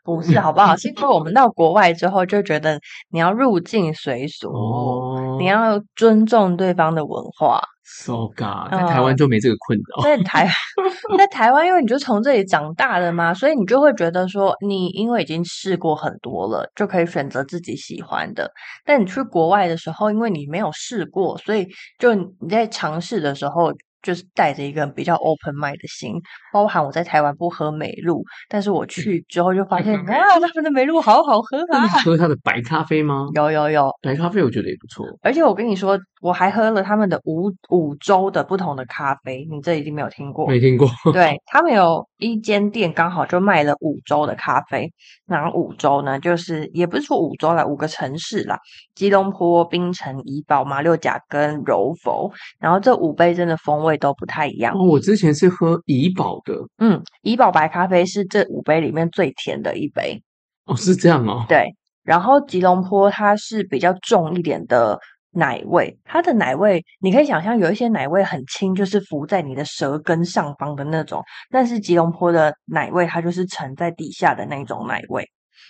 Speaker 2: 不是好不好？是因为我们到国外之后就觉得你要入境随俗，
Speaker 1: 哦
Speaker 2: 你要尊重对方的文化。
Speaker 1: ，so
Speaker 2: 嗯
Speaker 1: god，在台湾就没这个困扰。
Speaker 2: 在台 在台湾，因为你就从这里长大的嘛，所以你就会觉得说，你因为已经试过很多了，就可以选择自己喜欢的。但你去国外的时候，因为你没有试过，所以就你在尝试的时候，就是带着一个比较 open mind 的心。包含我在台湾不喝美露，但是我去之后就发现啊，他们的美露好好喝
Speaker 1: 那你
Speaker 2: 啊！
Speaker 1: 喝它的白咖啡吗？
Speaker 2: 有有有，
Speaker 1: 白咖啡我觉得也不错。
Speaker 2: 而且我跟你说，我还喝了他们的五五洲的不同的咖啡，你这一定没有听过。
Speaker 1: 没听过，
Speaker 2: 对他们有一间店刚好就卖了五州的咖啡，然后五州呢，就是也不是说五州啦，五个城市啦，吉隆坡、槟城、怡保、马六甲跟柔佛，然后这五杯真的风味都不太一样。
Speaker 1: 哦，我之前是喝怡宝的，
Speaker 2: 嗯，怡保白咖啡是这五杯里面最甜的一杯，
Speaker 1: 哦，是这样哦，
Speaker 2: 对。然后吉隆坡它是比较重一点的奶味，它的奶味你可以想象有一些奶味很轻，就是浮在你的舌根上方的那种，但是吉隆坡的奶味它就是沉在底下的那种奶味。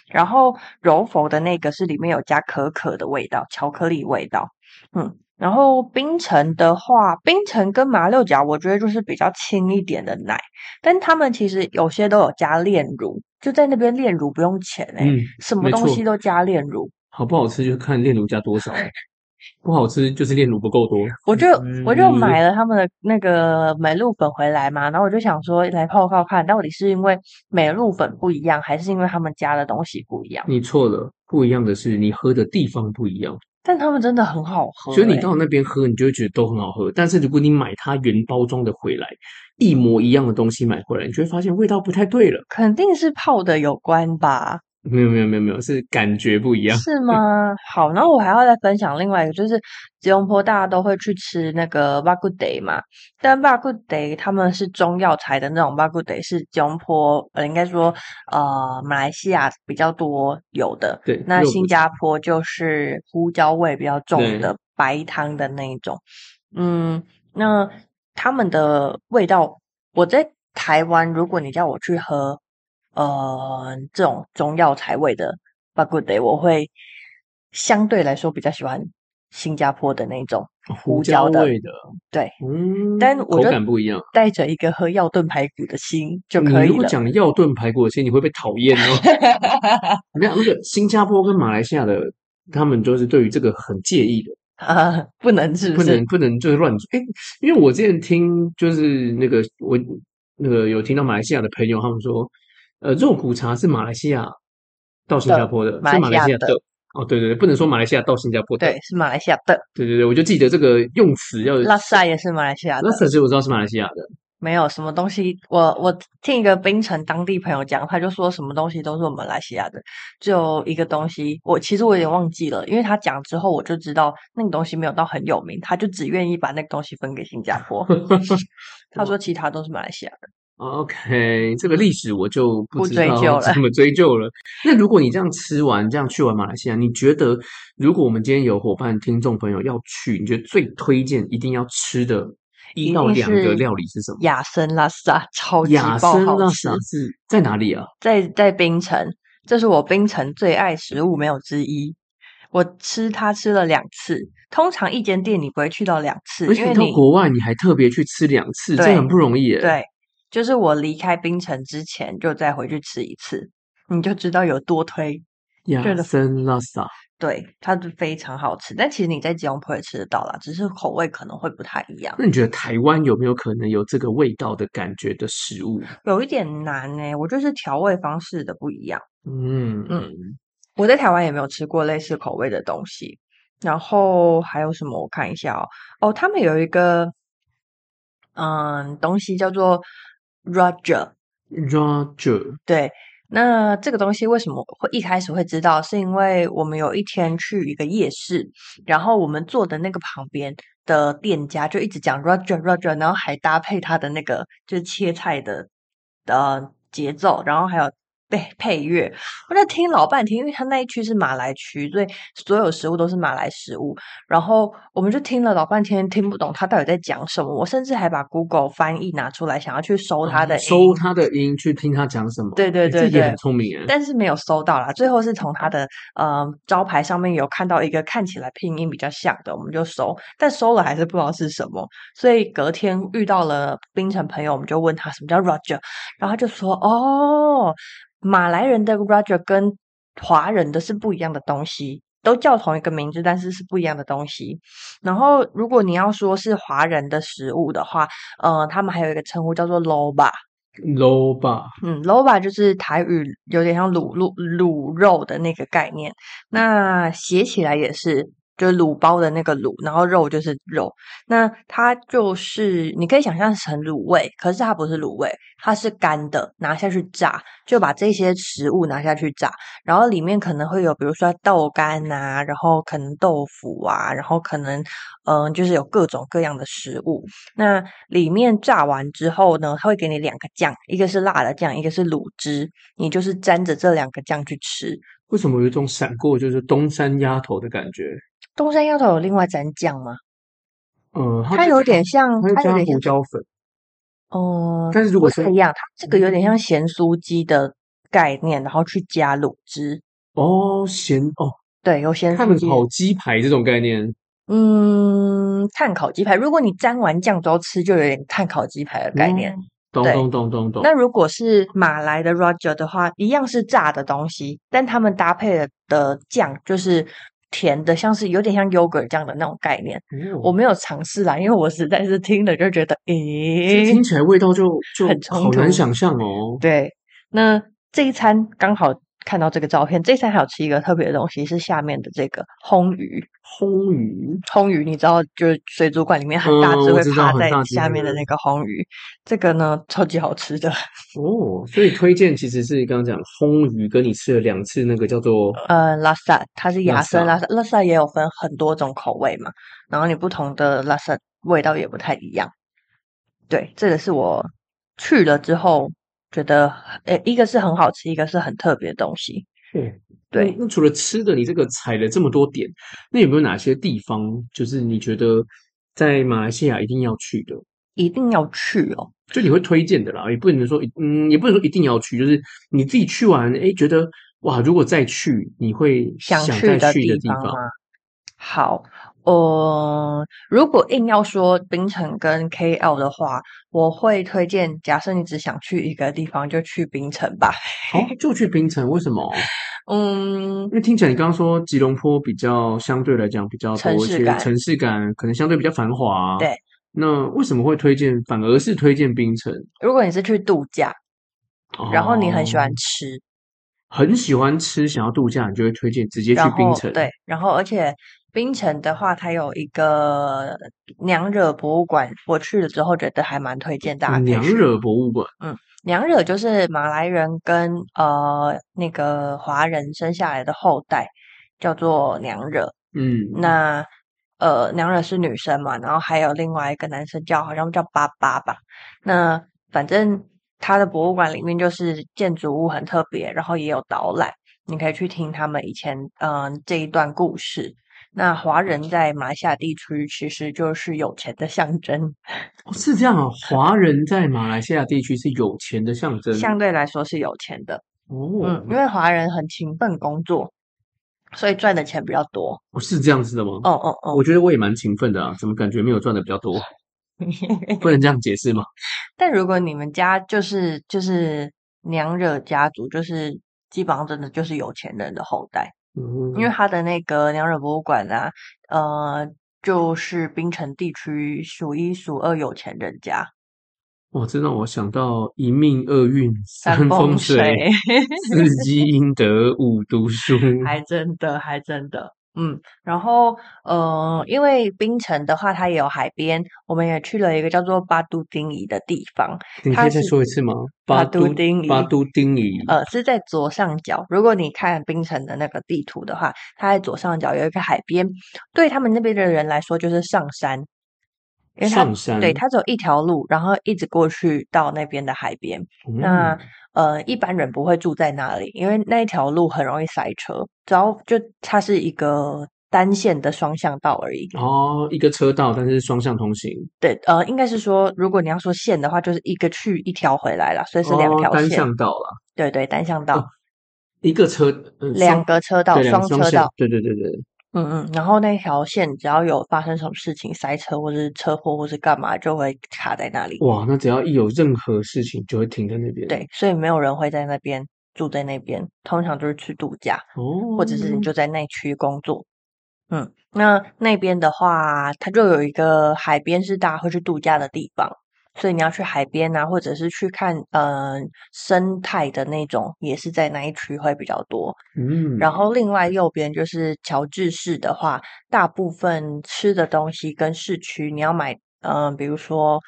Speaker 2: 然后柔佛的那个是里面有加可可的味道，巧克力味道，嗯。然后冰城的话，冰城跟马六甲我觉得就是比较轻一点的奶，但他们其实有些都有加炼乳，就在那边炼乳不用钱哎、
Speaker 1: 嗯，
Speaker 2: 什么
Speaker 1: 没
Speaker 2: 东
Speaker 1: 错
Speaker 2: 西都加炼乳。
Speaker 1: 好不好吃就看炼乳加多少，不好吃就是炼乳不够多。
Speaker 2: 我就
Speaker 1: 嗯
Speaker 2: 我就买
Speaker 1: 了，
Speaker 2: 了他们的那个美露粉回来嘛，然后我就想说来泡泡看，到底是因为美露粉不一样，还是因为他们加的东西不一样？
Speaker 1: 你错了，不一样的是你喝的地方不一样，
Speaker 2: 但他们真的很好喝、欸，
Speaker 1: 所以你到那边喝，你就会觉得都很好喝。但是如果你买它原包装的回来，
Speaker 2: 嗯
Speaker 1: 一模一样的东西买回来，你就会发现味道不太对了。
Speaker 2: 肯定是泡的有关吧？
Speaker 1: 没有没有没有没有，是感觉不一样。
Speaker 2: 是 吗？好，然后我还要再分享另外一个，就是吉隆坡大家都会去吃那个巴 a g u d a y 嘛，但巴 a g u d a y 他们是中药材的那种巴 a g u d a y 是吉隆坡呃，应该说呃马来西亚比较多有的，
Speaker 1: 对，
Speaker 2: 那
Speaker 1: 肉
Speaker 2: 新
Speaker 1: 不
Speaker 2: 加坡就是胡椒味比较重
Speaker 1: 对
Speaker 2: 的白汤的那一种，嗯，那他们的味道，我在台湾，如果你叫我去喝，呃，这种中药材味的 b a g u d a y 我会相对来说比较喜欢新加坡的那种
Speaker 1: 胡
Speaker 2: 椒的，
Speaker 1: 味的，
Speaker 2: 对，
Speaker 1: 嗯，
Speaker 2: 但我
Speaker 1: 口
Speaker 2: 觉得
Speaker 1: 感不一样。
Speaker 2: 带着一个喝药炖排骨的心就可
Speaker 1: 你
Speaker 2: 以
Speaker 1: 如果
Speaker 2: 了。
Speaker 1: 讲药炖排骨，其实你会被讨厌 哦。没有那个新加坡跟马来西亚的，他们就是对于这个很介意的，
Speaker 2: 啊， 不能是
Speaker 1: 不
Speaker 2: 不是
Speaker 1: 能？不能就是乱煮。哎，因为我之前听就是那个我那个有听到马来西亚的朋友他们说，呃，肉骨茶是马来西亚到新加坡的，
Speaker 2: 马
Speaker 1: 是
Speaker 2: 来
Speaker 1: 马
Speaker 2: 西
Speaker 1: 来
Speaker 2: 亚
Speaker 1: 西亚
Speaker 2: 的
Speaker 1: 的。哦，对对对，不能说马来西亚到新加坡的。
Speaker 2: 对，是马来西亚的，
Speaker 1: 对对对，我就记得这个用词要。
Speaker 2: 拉萨也是马来西亚的
Speaker 1: 那。其实我知道是马来西亚的，
Speaker 2: 没有什么东西，我我听一个槟城当地朋友讲，他就说什么东西都是我们马来西亚的，只有一个东西，我其实我有点忘记了，因为他讲之后我就知道那个东西没有到很有名，他就只愿意把那个东西分给新加 坡。他说其他都是马来西亚的，
Speaker 1: OK，这个历史我就不
Speaker 2: 不
Speaker 1: 知
Speaker 2: 追
Speaker 1: 道
Speaker 2: 究了
Speaker 1: 怎么追究了。那如果你这样吃完，这样去完马来西亚，你觉得如果我们今天有伙伴、听众朋友要去，你觉得最推荐一定要吃的一到
Speaker 2: 定
Speaker 1: 两个
Speaker 2: 是
Speaker 1: 料理是什么？
Speaker 2: 亚生拉萨超级
Speaker 1: 雅
Speaker 2: 爆
Speaker 1: 生
Speaker 2: 好
Speaker 1: 拉
Speaker 2: 吃嗯
Speaker 1: 萨，是在哪里啊？
Speaker 2: 在在槟城，这是我槟城最爱食物没有之一。我吃它吃了两次，通常一间店你不会去到两次，
Speaker 1: 而
Speaker 2: 因
Speaker 1: 且
Speaker 2: 为
Speaker 1: 你到
Speaker 2: 你
Speaker 1: 国外，你还特别去吃两次，这
Speaker 2: 对
Speaker 1: 很不容易耶。
Speaker 2: 对，就是我离开冰城之前就再回去吃一次，你就知道有多推。对
Speaker 1: 雅
Speaker 2: 的
Speaker 1: 生拉萨，
Speaker 2: 对，它是非常好吃，但其实你在吉隆坡也吃得到啦，只是口味可能会不太一样，
Speaker 1: 那你觉得台湾有没有可能有这个味道的感觉的食物？
Speaker 2: 有一点难呢、我就是调味方式的不一样，
Speaker 1: 嗯
Speaker 2: 嗯我在台湾也没有吃过类似口味的东西。然后还有什么？我看一下哦，哦，他们有一个嗯东西叫做 Roger，
Speaker 1: ，Roger，
Speaker 2: 对，那这个东西为什么会一开始会知道？是因为我们有一天去一个夜市，然后我们坐的那个旁边的店家就一直讲 Roger Roger，然后还搭配他的那个就是切菜的呃节奏，然后还有。配配乐，我在听老半天，因为他那一区是马来区，所以所有食物都是马来食物。然后我们就听了老半天，听不懂他到底在讲什么。我甚至还把 Google 翻译拿出来，想要去搜哦
Speaker 1: 哦
Speaker 2: 他的、音。
Speaker 1: 收他的音去听他讲什么，
Speaker 2: 对对
Speaker 1: 诶
Speaker 2: 对
Speaker 1: 这也
Speaker 2: 对
Speaker 1: 很聪明哎。
Speaker 2: 但是没有搜到啦。最后是从他的呃招牌上面有看到一个看起来拼音比较像的，我们就搜，但搜了还是不知道是什么。所以隔天遇到了槟城朋友，我们就问他什么叫 Roger，然后他就说哦，马来人的 Roger 跟华人的是不一样的东西。都叫同一个名字，但是是不一样的东西。然后，如果你要说是华人的食物的话，呃，他们还有一个称呼叫做 loba，
Speaker 1: low 吧，
Speaker 2: 嗯，loba 就是台语有点像卤卤卤肉的那个概念，那写起来也是就是卤包的那个卤，然后肉就是肉。那它就是你可以想象成卤味，可是它不是卤味，它是干的，拿下去炸，就把这些食物拿下去炸，然后里面可能会有比如说豆干啊，然后可能豆腐啊，然后可能嗯、呃就是有各种各样的食物。那里面炸完之后呢，它会给你两个酱，一个是辣的酱，一个是卤汁，你就是沾着这两个酱去吃。
Speaker 1: 为什么有一种闪过就是东山鸭头的感觉？
Speaker 2: 东山鸭头有另外沾酱吗？
Speaker 1: 呃，
Speaker 2: 它
Speaker 1: 就
Speaker 2: 有
Speaker 1: 加
Speaker 2: 点像，
Speaker 1: 它就
Speaker 2: 它有
Speaker 1: 加
Speaker 2: 点
Speaker 1: 胡
Speaker 2: 像，
Speaker 1: 椒粉，
Speaker 2: 哦、
Speaker 1: 但是如
Speaker 2: 不
Speaker 1: 果
Speaker 2: 太
Speaker 1: 是嗯
Speaker 2: 一样，它这个有点像咸酥鸡的概念，然后去加卤汁，
Speaker 1: 哦咸哦，
Speaker 2: 对，有咸
Speaker 1: 看
Speaker 2: 酥
Speaker 1: 了
Speaker 2: 鸡的，
Speaker 1: 烤鸡排这种概念，
Speaker 2: 嗯，碳烤鸡排。如果你沾完酱之后吃，就有点碳烤鸡排的概念。
Speaker 1: 嗯懂
Speaker 2: 对
Speaker 1: 懂懂懂懂
Speaker 2: 那。如果是马来的 Roger 的话，一样是炸的东西，但他们搭配的的酱就是甜的，像是有点像 yogurt 酱的那种概念。我
Speaker 1: 哦
Speaker 2: 没有尝试啦，因为我实在是听了就觉得，
Speaker 1: 这
Speaker 2: 诶、
Speaker 1: 听起来味道就就
Speaker 2: 很冲
Speaker 1: 好难
Speaker 2: 突
Speaker 1: 想象哦。
Speaker 2: 对，那这一餐刚好看到这个照片，这一餐还有吃一个特别的东西，是下面的这个烘鱼。
Speaker 1: 烘鱼，
Speaker 2: 烘鱼，你知道，就是水族馆里面很大
Speaker 1: 嗯
Speaker 2: 只
Speaker 1: 我
Speaker 2: 会
Speaker 1: 知道
Speaker 2: 趴
Speaker 1: 很
Speaker 2: 在
Speaker 1: 大只
Speaker 2: 下
Speaker 1: 对
Speaker 2: 面的
Speaker 1: 对
Speaker 2: 那个烘鱼，这个呢超级好吃的。
Speaker 1: 哦，所以推荐其实是刚刚讲烘鱼，跟你吃了两次那个叫做
Speaker 2: 呃，拉萨它是
Speaker 1: 拉
Speaker 2: 牙参
Speaker 1: 萨
Speaker 2: 拉萨，拉萨也有分很多种口味嘛，然后你不同的拉萨味道也不太一样。对，这个是我去了之后觉得，呃，一个是很好吃，一个是很特别的东西。
Speaker 1: 对。那
Speaker 2: 对，
Speaker 1: 那除了吃的，你这个踩了这么多点，那有没有哪些地方就是你觉得在马来西亚一定要去的？
Speaker 2: 一定要去哦。
Speaker 1: 就你会推荐的啦，也不能说一嗯，也不能说一定要去，就是你自己去完，哎，觉得哇，如果再去，你会
Speaker 2: 想
Speaker 1: 想
Speaker 2: 去
Speaker 1: 再
Speaker 2: 的
Speaker 1: 去的
Speaker 2: 地
Speaker 1: 地
Speaker 2: 方
Speaker 1: 方。
Speaker 2: 吗？好，呃，如果硬要说槟城跟 KL 的话，我会推荐，假设你只想去一个地方，就去槟城吧。
Speaker 1: 哦，就去槟城，为什么？
Speaker 2: 嗯
Speaker 1: 因，为听起来你刚刚说吉隆坡比较相对来讲比较
Speaker 2: 城
Speaker 1: 多一
Speaker 2: 市
Speaker 1: 些
Speaker 2: 感
Speaker 1: 城市感，可能相对比较繁华、
Speaker 2: 对，
Speaker 1: 那为什么会推荐，反而是推荐槟城？
Speaker 2: 如果你是去度假，然后你很喜欢
Speaker 1: 哦
Speaker 2: 吃，
Speaker 1: 很喜欢吃，想要度假，你就会推荐直接去
Speaker 2: 然
Speaker 1: 槟
Speaker 2: 后
Speaker 1: 城。
Speaker 2: 对，然后而且槟城的话，它有一个娘惹博物馆，我去了之后觉得还蛮推荐大家可
Speaker 1: 嗯
Speaker 2: 以
Speaker 1: 娘
Speaker 2: 去
Speaker 1: 惹博物馆，
Speaker 2: 娘惹就是马来人跟呃那个华人生下来的后代，叫做娘惹。
Speaker 1: 嗯，
Speaker 2: 那呃，娘惹是女生嘛，然后还有另外一个男生叫好像叫巴巴吧。那反正他的博物馆里面就是建筑物很特别，然后也有导览，你可以去听他们以前嗯、呃这一段故事。那华人在马来西亚地区其实就是有钱的象征，
Speaker 1: 哦是这样啊、华人在马来西亚地区是有钱的象征
Speaker 2: 相对来说是有钱的。
Speaker 1: 哦
Speaker 2: 嗯，因，为华人很勤奋工作，所以赚的钱比较多。
Speaker 1: 哦是这样子的吗？
Speaker 2: 哦哦 哦，
Speaker 1: 我觉得我也蛮勤奋的啊，怎么感觉没有赚的比较 多？不能这样解释吗？
Speaker 2: 但如果你们家就是就是娘惹家族，就是基本上真的就是有钱人的后代，因为
Speaker 1: 嗯，
Speaker 2: 他的那个娘惹博物馆啊，呃，就是槟城地区数一数二有钱人 家，
Speaker 1: 我这让我想到一命二运
Speaker 2: 三
Speaker 1: 风
Speaker 2: 风水，
Speaker 1: 四积阴德五读书。
Speaker 2: 还真的，还真的，嗯，然后，呃，因为槟城的话，它也有海边，我们也去了一个叫做巴都丁宜的地方，
Speaker 1: 你可
Speaker 2: 它
Speaker 1: 以再
Speaker 2: 是
Speaker 1: 说一次吗？
Speaker 2: 巴
Speaker 1: 都
Speaker 2: 都丁
Speaker 1: 巴
Speaker 2: 宜
Speaker 1: 都丁哦仪，
Speaker 2: 呃，是在左上角。如果你看槟城的那个地图的话，它在左上角有一个海边，对他们那边的人来说就是上山，因为它
Speaker 1: 上山
Speaker 2: 对它只有一条路，然后一直过去到那边的海边。那
Speaker 1: 嗯，
Speaker 2: 呃，一般人不会住在那里，因为那一条路很容易塞车。只要就它是一个单线的双向道而已。
Speaker 1: 哦，一个车道，但是双向通行，
Speaker 2: 对，呃，应该是说，如果你要说线的话，就是一个去一条回来啦，所以是两
Speaker 1: 哦，
Speaker 2: 条
Speaker 1: 单
Speaker 2: 线。
Speaker 1: 向道啦，
Speaker 2: 对对，单向道，
Speaker 1: 哦一个车，嗯，
Speaker 2: 两
Speaker 1: 双
Speaker 2: 个车道，
Speaker 1: 对两个
Speaker 2: 双
Speaker 1: 双
Speaker 2: 车
Speaker 1: 向
Speaker 2: 道。，
Speaker 1: 对对对对，
Speaker 2: 嗯嗯，然后那条线只要有发生什么事情，塞车或是车祸或是干嘛，就会卡在那里。
Speaker 1: 哇，那只要一有任何事情就会停在那边，
Speaker 2: 对，所以没有人会在那边住在那边，通常就是去度假，
Speaker 1: 哦，
Speaker 2: 或者是你就在那区工作。嗯，那那边的话，它就有一个海边是大家会去度假的地方，所以你要去海边啊，或者是去看嗯、呃生态的那种，也是在那一区会比较多。
Speaker 1: 嗯，
Speaker 2: 然后另外右边就是乔治市的话，大部分吃的东西跟市区你要买，嗯、比如说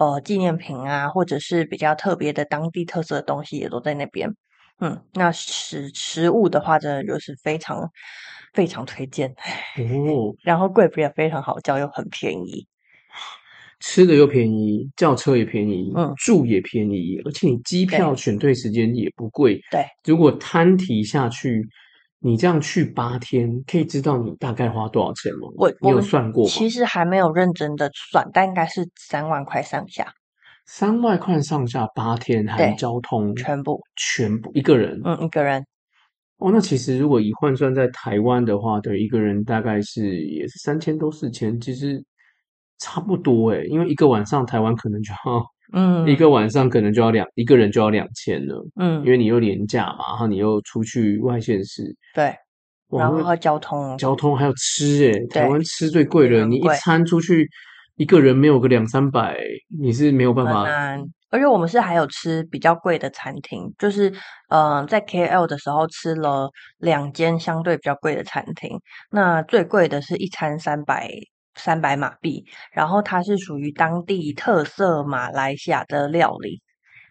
Speaker 2: 呃纪念品啊，或者是比较特别的当地特色的东西也都在那边。嗯，那食食物的话，真的就是非常非常推荐，
Speaker 1: 哦，
Speaker 2: 然后贵不也非常好叫，又很便宜。
Speaker 1: 吃的又便宜，轿车也便宜，
Speaker 2: 嗯
Speaker 1: 住也便宜，而且你机票选对时间也不贵。
Speaker 2: 对，
Speaker 1: 如果摊提下去，你这样去八天，可以知道你大概花多少钱吗？
Speaker 2: 我
Speaker 1: 你
Speaker 2: 我
Speaker 1: 有
Speaker 2: 们
Speaker 1: 算过吗？
Speaker 2: 其实还没有认真的算，但应该是三万块上下
Speaker 1: 三万块上下八天，含
Speaker 2: 对
Speaker 1: 交通
Speaker 2: 全部。
Speaker 1: 全部一个人。
Speaker 2: 嗯，一个人
Speaker 1: 哦，那其实如果以换算在台湾的话，对一个人大概是也是三千多四千，其实差不多诶，因为一个晚上台湾可能就要、
Speaker 2: 嗯
Speaker 1: 一个晚上可能就要两一个人就要两千了。
Speaker 2: 嗯
Speaker 1: 因为你又廉价嘛，然后你又出去外县市，
Speaker 2: 对，
Speaker 1: 哇
Speaker 2: 然
Speaker 1: 那
Speaker 2: 后交通
Speaker 1: 交通还有吃诶、
Speaker 2: 对
Speaker 1: 台湾吃最贵
Speaker 2: 非
Speaker 1: 了，
Speaker 2: 常
Speaker 1: 你一
Speaker 2: 贵
Speaker 1: 餐出去一个人没有个两三百，你是没有办
Speaker 2: 很
Speaker 1: 法。嗯
Speaker 2: 难。而且我们是还有吃比较贵的餐厅，就是嗯、呃在 KL 的时候吃了两间相对比较贵的餐厅，那最贵的是一餐三百三百马币，然后它是属于当地特色马来西亚的料理。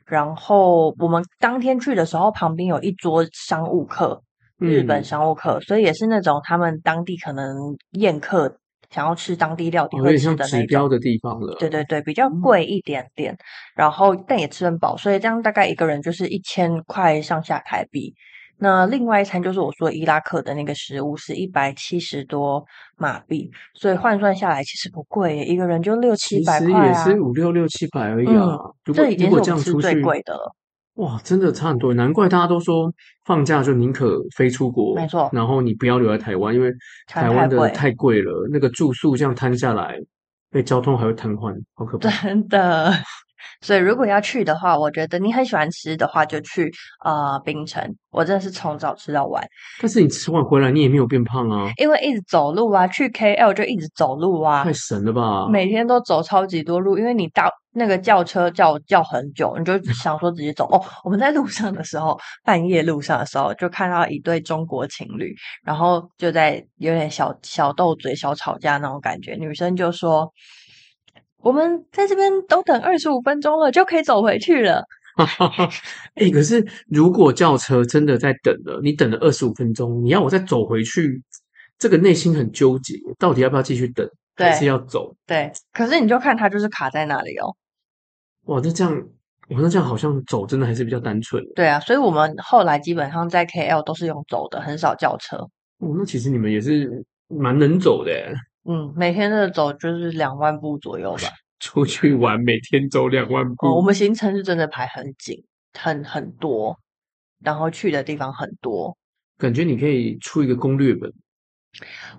Speaker 2: 然后我们当天去的时候，旁边有一桌商务客，日本
Speaker 1: 嗯
Speaker 2: 商务客，所以也是那种他们当地可能宴客想要吃当地料理
Speaker 1: 哦有
Speaker 2: 会
Speaker 1: 点
Speaker 2: 吃
Speaker 1: 像
Speaker 2: 的
Speaker 1: 指
Speaker 2: 那种
Speaker 1: 标。的嗯地方了。
Speaker 2: 对对对，比较贵一点点，然后但也吃很饱，所以这样大概一个人就是一千块上下台币。那另外一餐就是我说伊拉克的那个食物是一百七十多马币，所以换算下来其实不贵耶，一个人就六七
Speaker 1: 其
Speaker 2: 百
Speaker 1: 实
Speaker 2: 块
Speaker 1: 也
Speaker 2: 啊
Speaker 1: 是。五六六七百而已啊。
Speaker 2: 嗯
Speaker 1: 如果
Speaker 2: 这已
Speaker 1: 如
Speaker 2: 经是
Speaker 1: 果
Speaker 2: 我
Speaker 1: 这样
Speaker 2: 们吃
Speaker 1: 出
Speaker 2: 最
Speaker 1: 去，
Speaker 2: 贵的了，
Speaker 1: 哇，真的差很多，难怪大家都说放假就宁可飞出国，
Speaker 2: 没错
Speaker 1: 然后你不要留在台湾，因为
Speaker 2: 台
Speaker 1: 台
Speaker 2: 湾
Speaker 1: 湾
Speaker 2: 太
Speaker 1: 的
Speaker 2: 贵
Speaker 1: 太贵了，那个住宿这样摊下来，被交通还会瘫痪，好可怕。
Speaker 2: 真的。所以如果要去的话，我觉得你很喜欢吃的话，就去呃槟城。我真的是从早吃到晚。
Speaker 1: 但是你吃完回来，你也没有变胖啊，
Speaker 2: 因为一直走路啊，去 KL 就一直走路啊
Speaker 1: 太，神了吧！
Speaker 2: 每天都走超级多路，因为你到那个叫车叫叫很久，你就想说直接走。哦，我们在路上的时候，半夜路上的时候，就看到一对中国情侣，然后就在有点小小斗嘴、小吵架那种感觉。女生就说：“我们在这边都等二十五分钟了，就可以走回去了。
Speaker 1: 哎、可是如果轿车真的在等了，你等了二十五分钟，你要我再走回去，这个内心很纠结，到底要不要继续等，还是
Speaker 2: 对
Speaker 1: 要走？”
Speaker 2: 对，可是你就看他就是卡在那里哦。
Speaker 1: 哇，那这样，我那这样好像走真的还是比较单纯。
Speaker 2: 对啊，所以我们后来基本上在 KL 都是用走的，很少叫车。
Speaker 1: 哦，那其实你们也是蛮能走的耶，
Speaker 2: 嗯，每天的走就是两万步左右吧。
Speaker 1: 出去玩每天走两万步。
Speaker 2: 嗯哦，我们行程是真的排很紧，很很多，然后去的地方很多。
Speaker 1: 感觉你可以出一个攻略本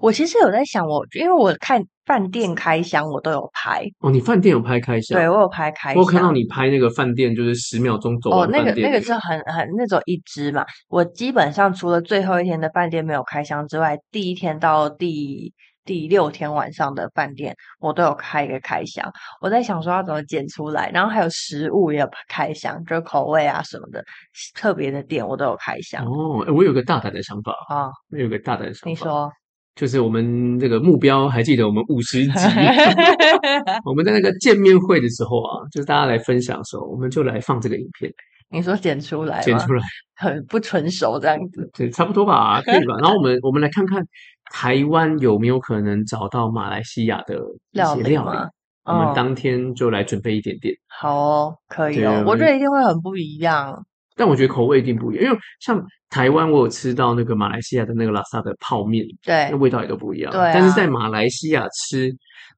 Speaker 2: 我其实有在想我，因为我看饭店开箱我都有拍，
Speaker 1: 哦。你饭店有拍开箱？
Speaker 2: 对我有拍开
Speaker 1: 我有看到
Speaker 2: 箱。
Speaker 1: 你拍那个饭店，就是十秒钟走
Speaker 2: 哦
Speaker 1: 完，
Speaker 2: 那
Speaker 1: 饭
Speaker 2: 个
Speaker 1: 店。
Speaker 2: 那个是很很那种一支嘛，我基本上除了最后一天的饭店没有开箱之外，第一天到第第六天晚上的饭店我都有开一个开箱。我在想说要怎么剪出来，然后还有食物也有开箱，就是口味啊什么的，特别的店我都有开箱
Speaker 1: 哦，诶我有个大胆的想法，
Speaker 2: 啊、
Speaker 1: 我有个大胆的想法，
Speaker 2: 你说，
Speaker 1: 就是我们这个目标，还记得我们五十集， 我们在那个见面会的时候啊，就是大家来分享的时候，我们就来放这个影片，
Speaker 2: 你说剪出来
Speaker 1: 剪
Speaker 2: 吗？
Speaker 1: 出来。
Speaker 2: 很不成熟这样子。
Speaker 1: 对，差不多吧，可以 吧？然后我们我们来看看台湾有没有可能找到马来西亚的一
Speaker 2: 料
Speaker 1: 些
Speaker 2: 理
Speaker 1: 料理。
Speaker 2: 吗
Speaker 1: 我们
Speaker 2: 嗯
Speaker 1: 当天就来准备一点点，
Speaker 2: 好哦，可以
Speaker 1: 对
Speaker 2: 哦，我
Speaker 1: 我
Speaker 2: 觉得一定会很不一样。
Speaker 1: 但我觉得口味一定不一样，因为像台湾我有吃到那个马来西亚的那个拉萨的泡面，
Speaker 2: 对
Speaker 1: 那味道也都不一样。
Speaker 2: 对啊
Speaker 1: 但是在马来西亚吃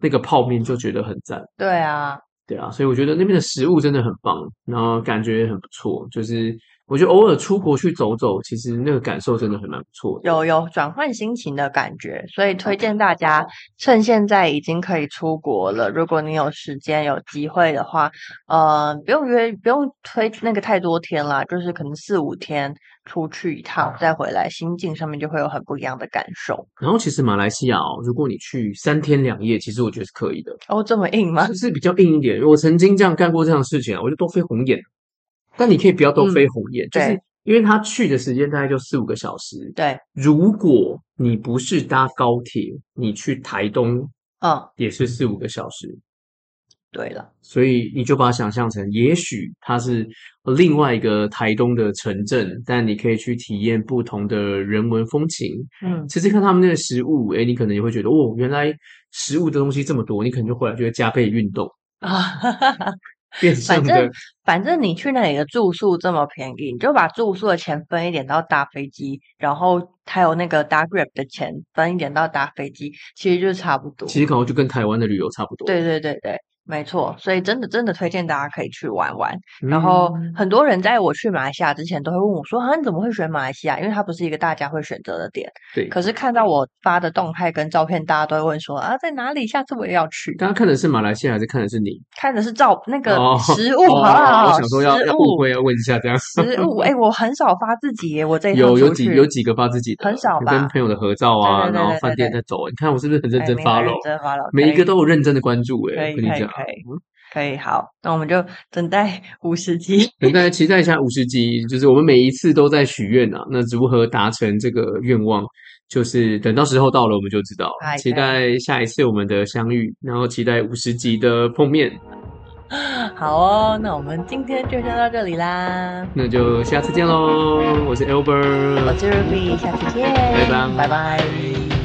Speaker 1: 那个泡面就觉得很赞，
Speaker 2: 对啊，
Speaker 1: 对啊，所以我觉得那边的食物真的很棒，然后感觉也很不错，就是我觉得偶尔出国去走走，其实那个感受真的还蛮不错的。
Speaker 2: 有有转换心情的感觉，所以推荐大家趁现在已经可以出国了，如果你有时间有机会的话，呃，不用约，不用推那个太多天啦，就是可能四五天出去一趟再回来，心境上面就会有很不一样的感受。
Speaker 1: 然后其实马来西亚哦，如果你去三天两夜，其实我觉得是可以的，
Speaker 2: 哦，这么硬吗
Speaker 1: 就？是比较硬一点。我曾经这样干过这样的事情啊，我就都飞红眼。但你可以不要都飞红眼，就
Speaker 2: 嗯对
Speaker 1: 是因为他去的时间大概就四五个小时。
Speaker 2: 对，
Speaker 1: 如果你不是搭高铁，你去台东
Speaker 2: 嗯，
Speaker 1: 也是四五个小时，
Speaker 2: 对了，
Speaker 1: 所以你就把它想象成，也许它是另外一个台东的城镇，但你可以去体验不同的人文风情，
Speaker 2: 嗯，
Speaker 1: 吃吃看他们那个食物，诶，你可能也会觉得，哦，原来食物的东西这么多，你可能就回来就会加倍运 动，
Speaker 2: 啊，
Speaker 1: 变相
Speaker 2: 反
Speaker 1: 的
Speaker 2: 正 反正你去那里的住宿这么便宜，你就把住宿的钱分一点到搭飞机，然后还有那个搭 Grab 的钱分一点到搭飞机，其实就差不多。
Speaker 1: 其实搞就跟台湾的旅游差不多。
Speaker 2: 对对对对，没错。所以真的真的推荐大家可以去玩玩。
Speaker 1: 嗯，
Speaker 2: 然后很多人在我去马来西亚之前都会问我说：“啊，你怎么会选马来西亚？因为它不是一个大家会选择的点。”
Speaker 1: 对，
Speaker 2: 可是看到我发的动态跟照片，大家都会问说：“啊，在哪里？下次我也要去。
Speaker 1: 大家看的是马来西亚还是看的是你？”
Speaker 2: 看的是照那个
Speaker 1: 哦
Speaker 2: 食物，
Speaker 1: 哦
Speaker 2: 好不好？
Speaker 1: 我想说要
Speaker 2: 食
Speaker 1: 要
Speaker 2: 物
Speaker 1: 误会要问一下这样。
Speaker 2: 食物，哎、我很少发自己耶，我这一 趟
Speaker 1: 有有
Speaker 2: 出
Speaker 1: 几
Speaker 2: 去
Speaker 1: 有几个发自己的，
Speaker 2: 很少
Speaker 1: 有
Speaker 2: 吧
Speaker 1: 跟朋友的合照啊，
Speaker 2: 对对对
Speaker 1: 然
Speaker 2: 对
Speaker 1: 后饭店
Speaker 2: 对
Speaker 1: 在走，你看我是不是很认
Speaker 2: 哎
Speaker 1: 真
Speaker 2: 你很
Speaker 1: 发了？
Speaker 2: 认真 follow，
Speaker 1: 每一
Speaker 2: 可
Speaker 1: 个
Speaker 2: 以
Speaker 1: 都有认真的关注哎、
Speaker 2: 可以
Speaker 1: 我跟你
Speaker 2: 可以
Speaker 1: 讲，
Speaker 2: 可以可以好，那我们就等待 五十集。
Speaker 1: 等大家期待一下五十集，就是我们每一次都在许愿啊，那如何达成这个愿望？就是等到时候到了，我们就知道了。
Speaker 2: 哎
Speaker 1: 期
Speaker 2: 对
Speaker 1: 待下一次我们的相遇，然后期待五十集的碰面，
Speaker 2: 好哦，那我们今天就先到这里啦，
Speaker 1: 那就下次见喽！我是 Albert，
Speaker 2: 我是 Ruby，下次见，
Speaker 1: 拜拜
Speaker 2: 拜拜。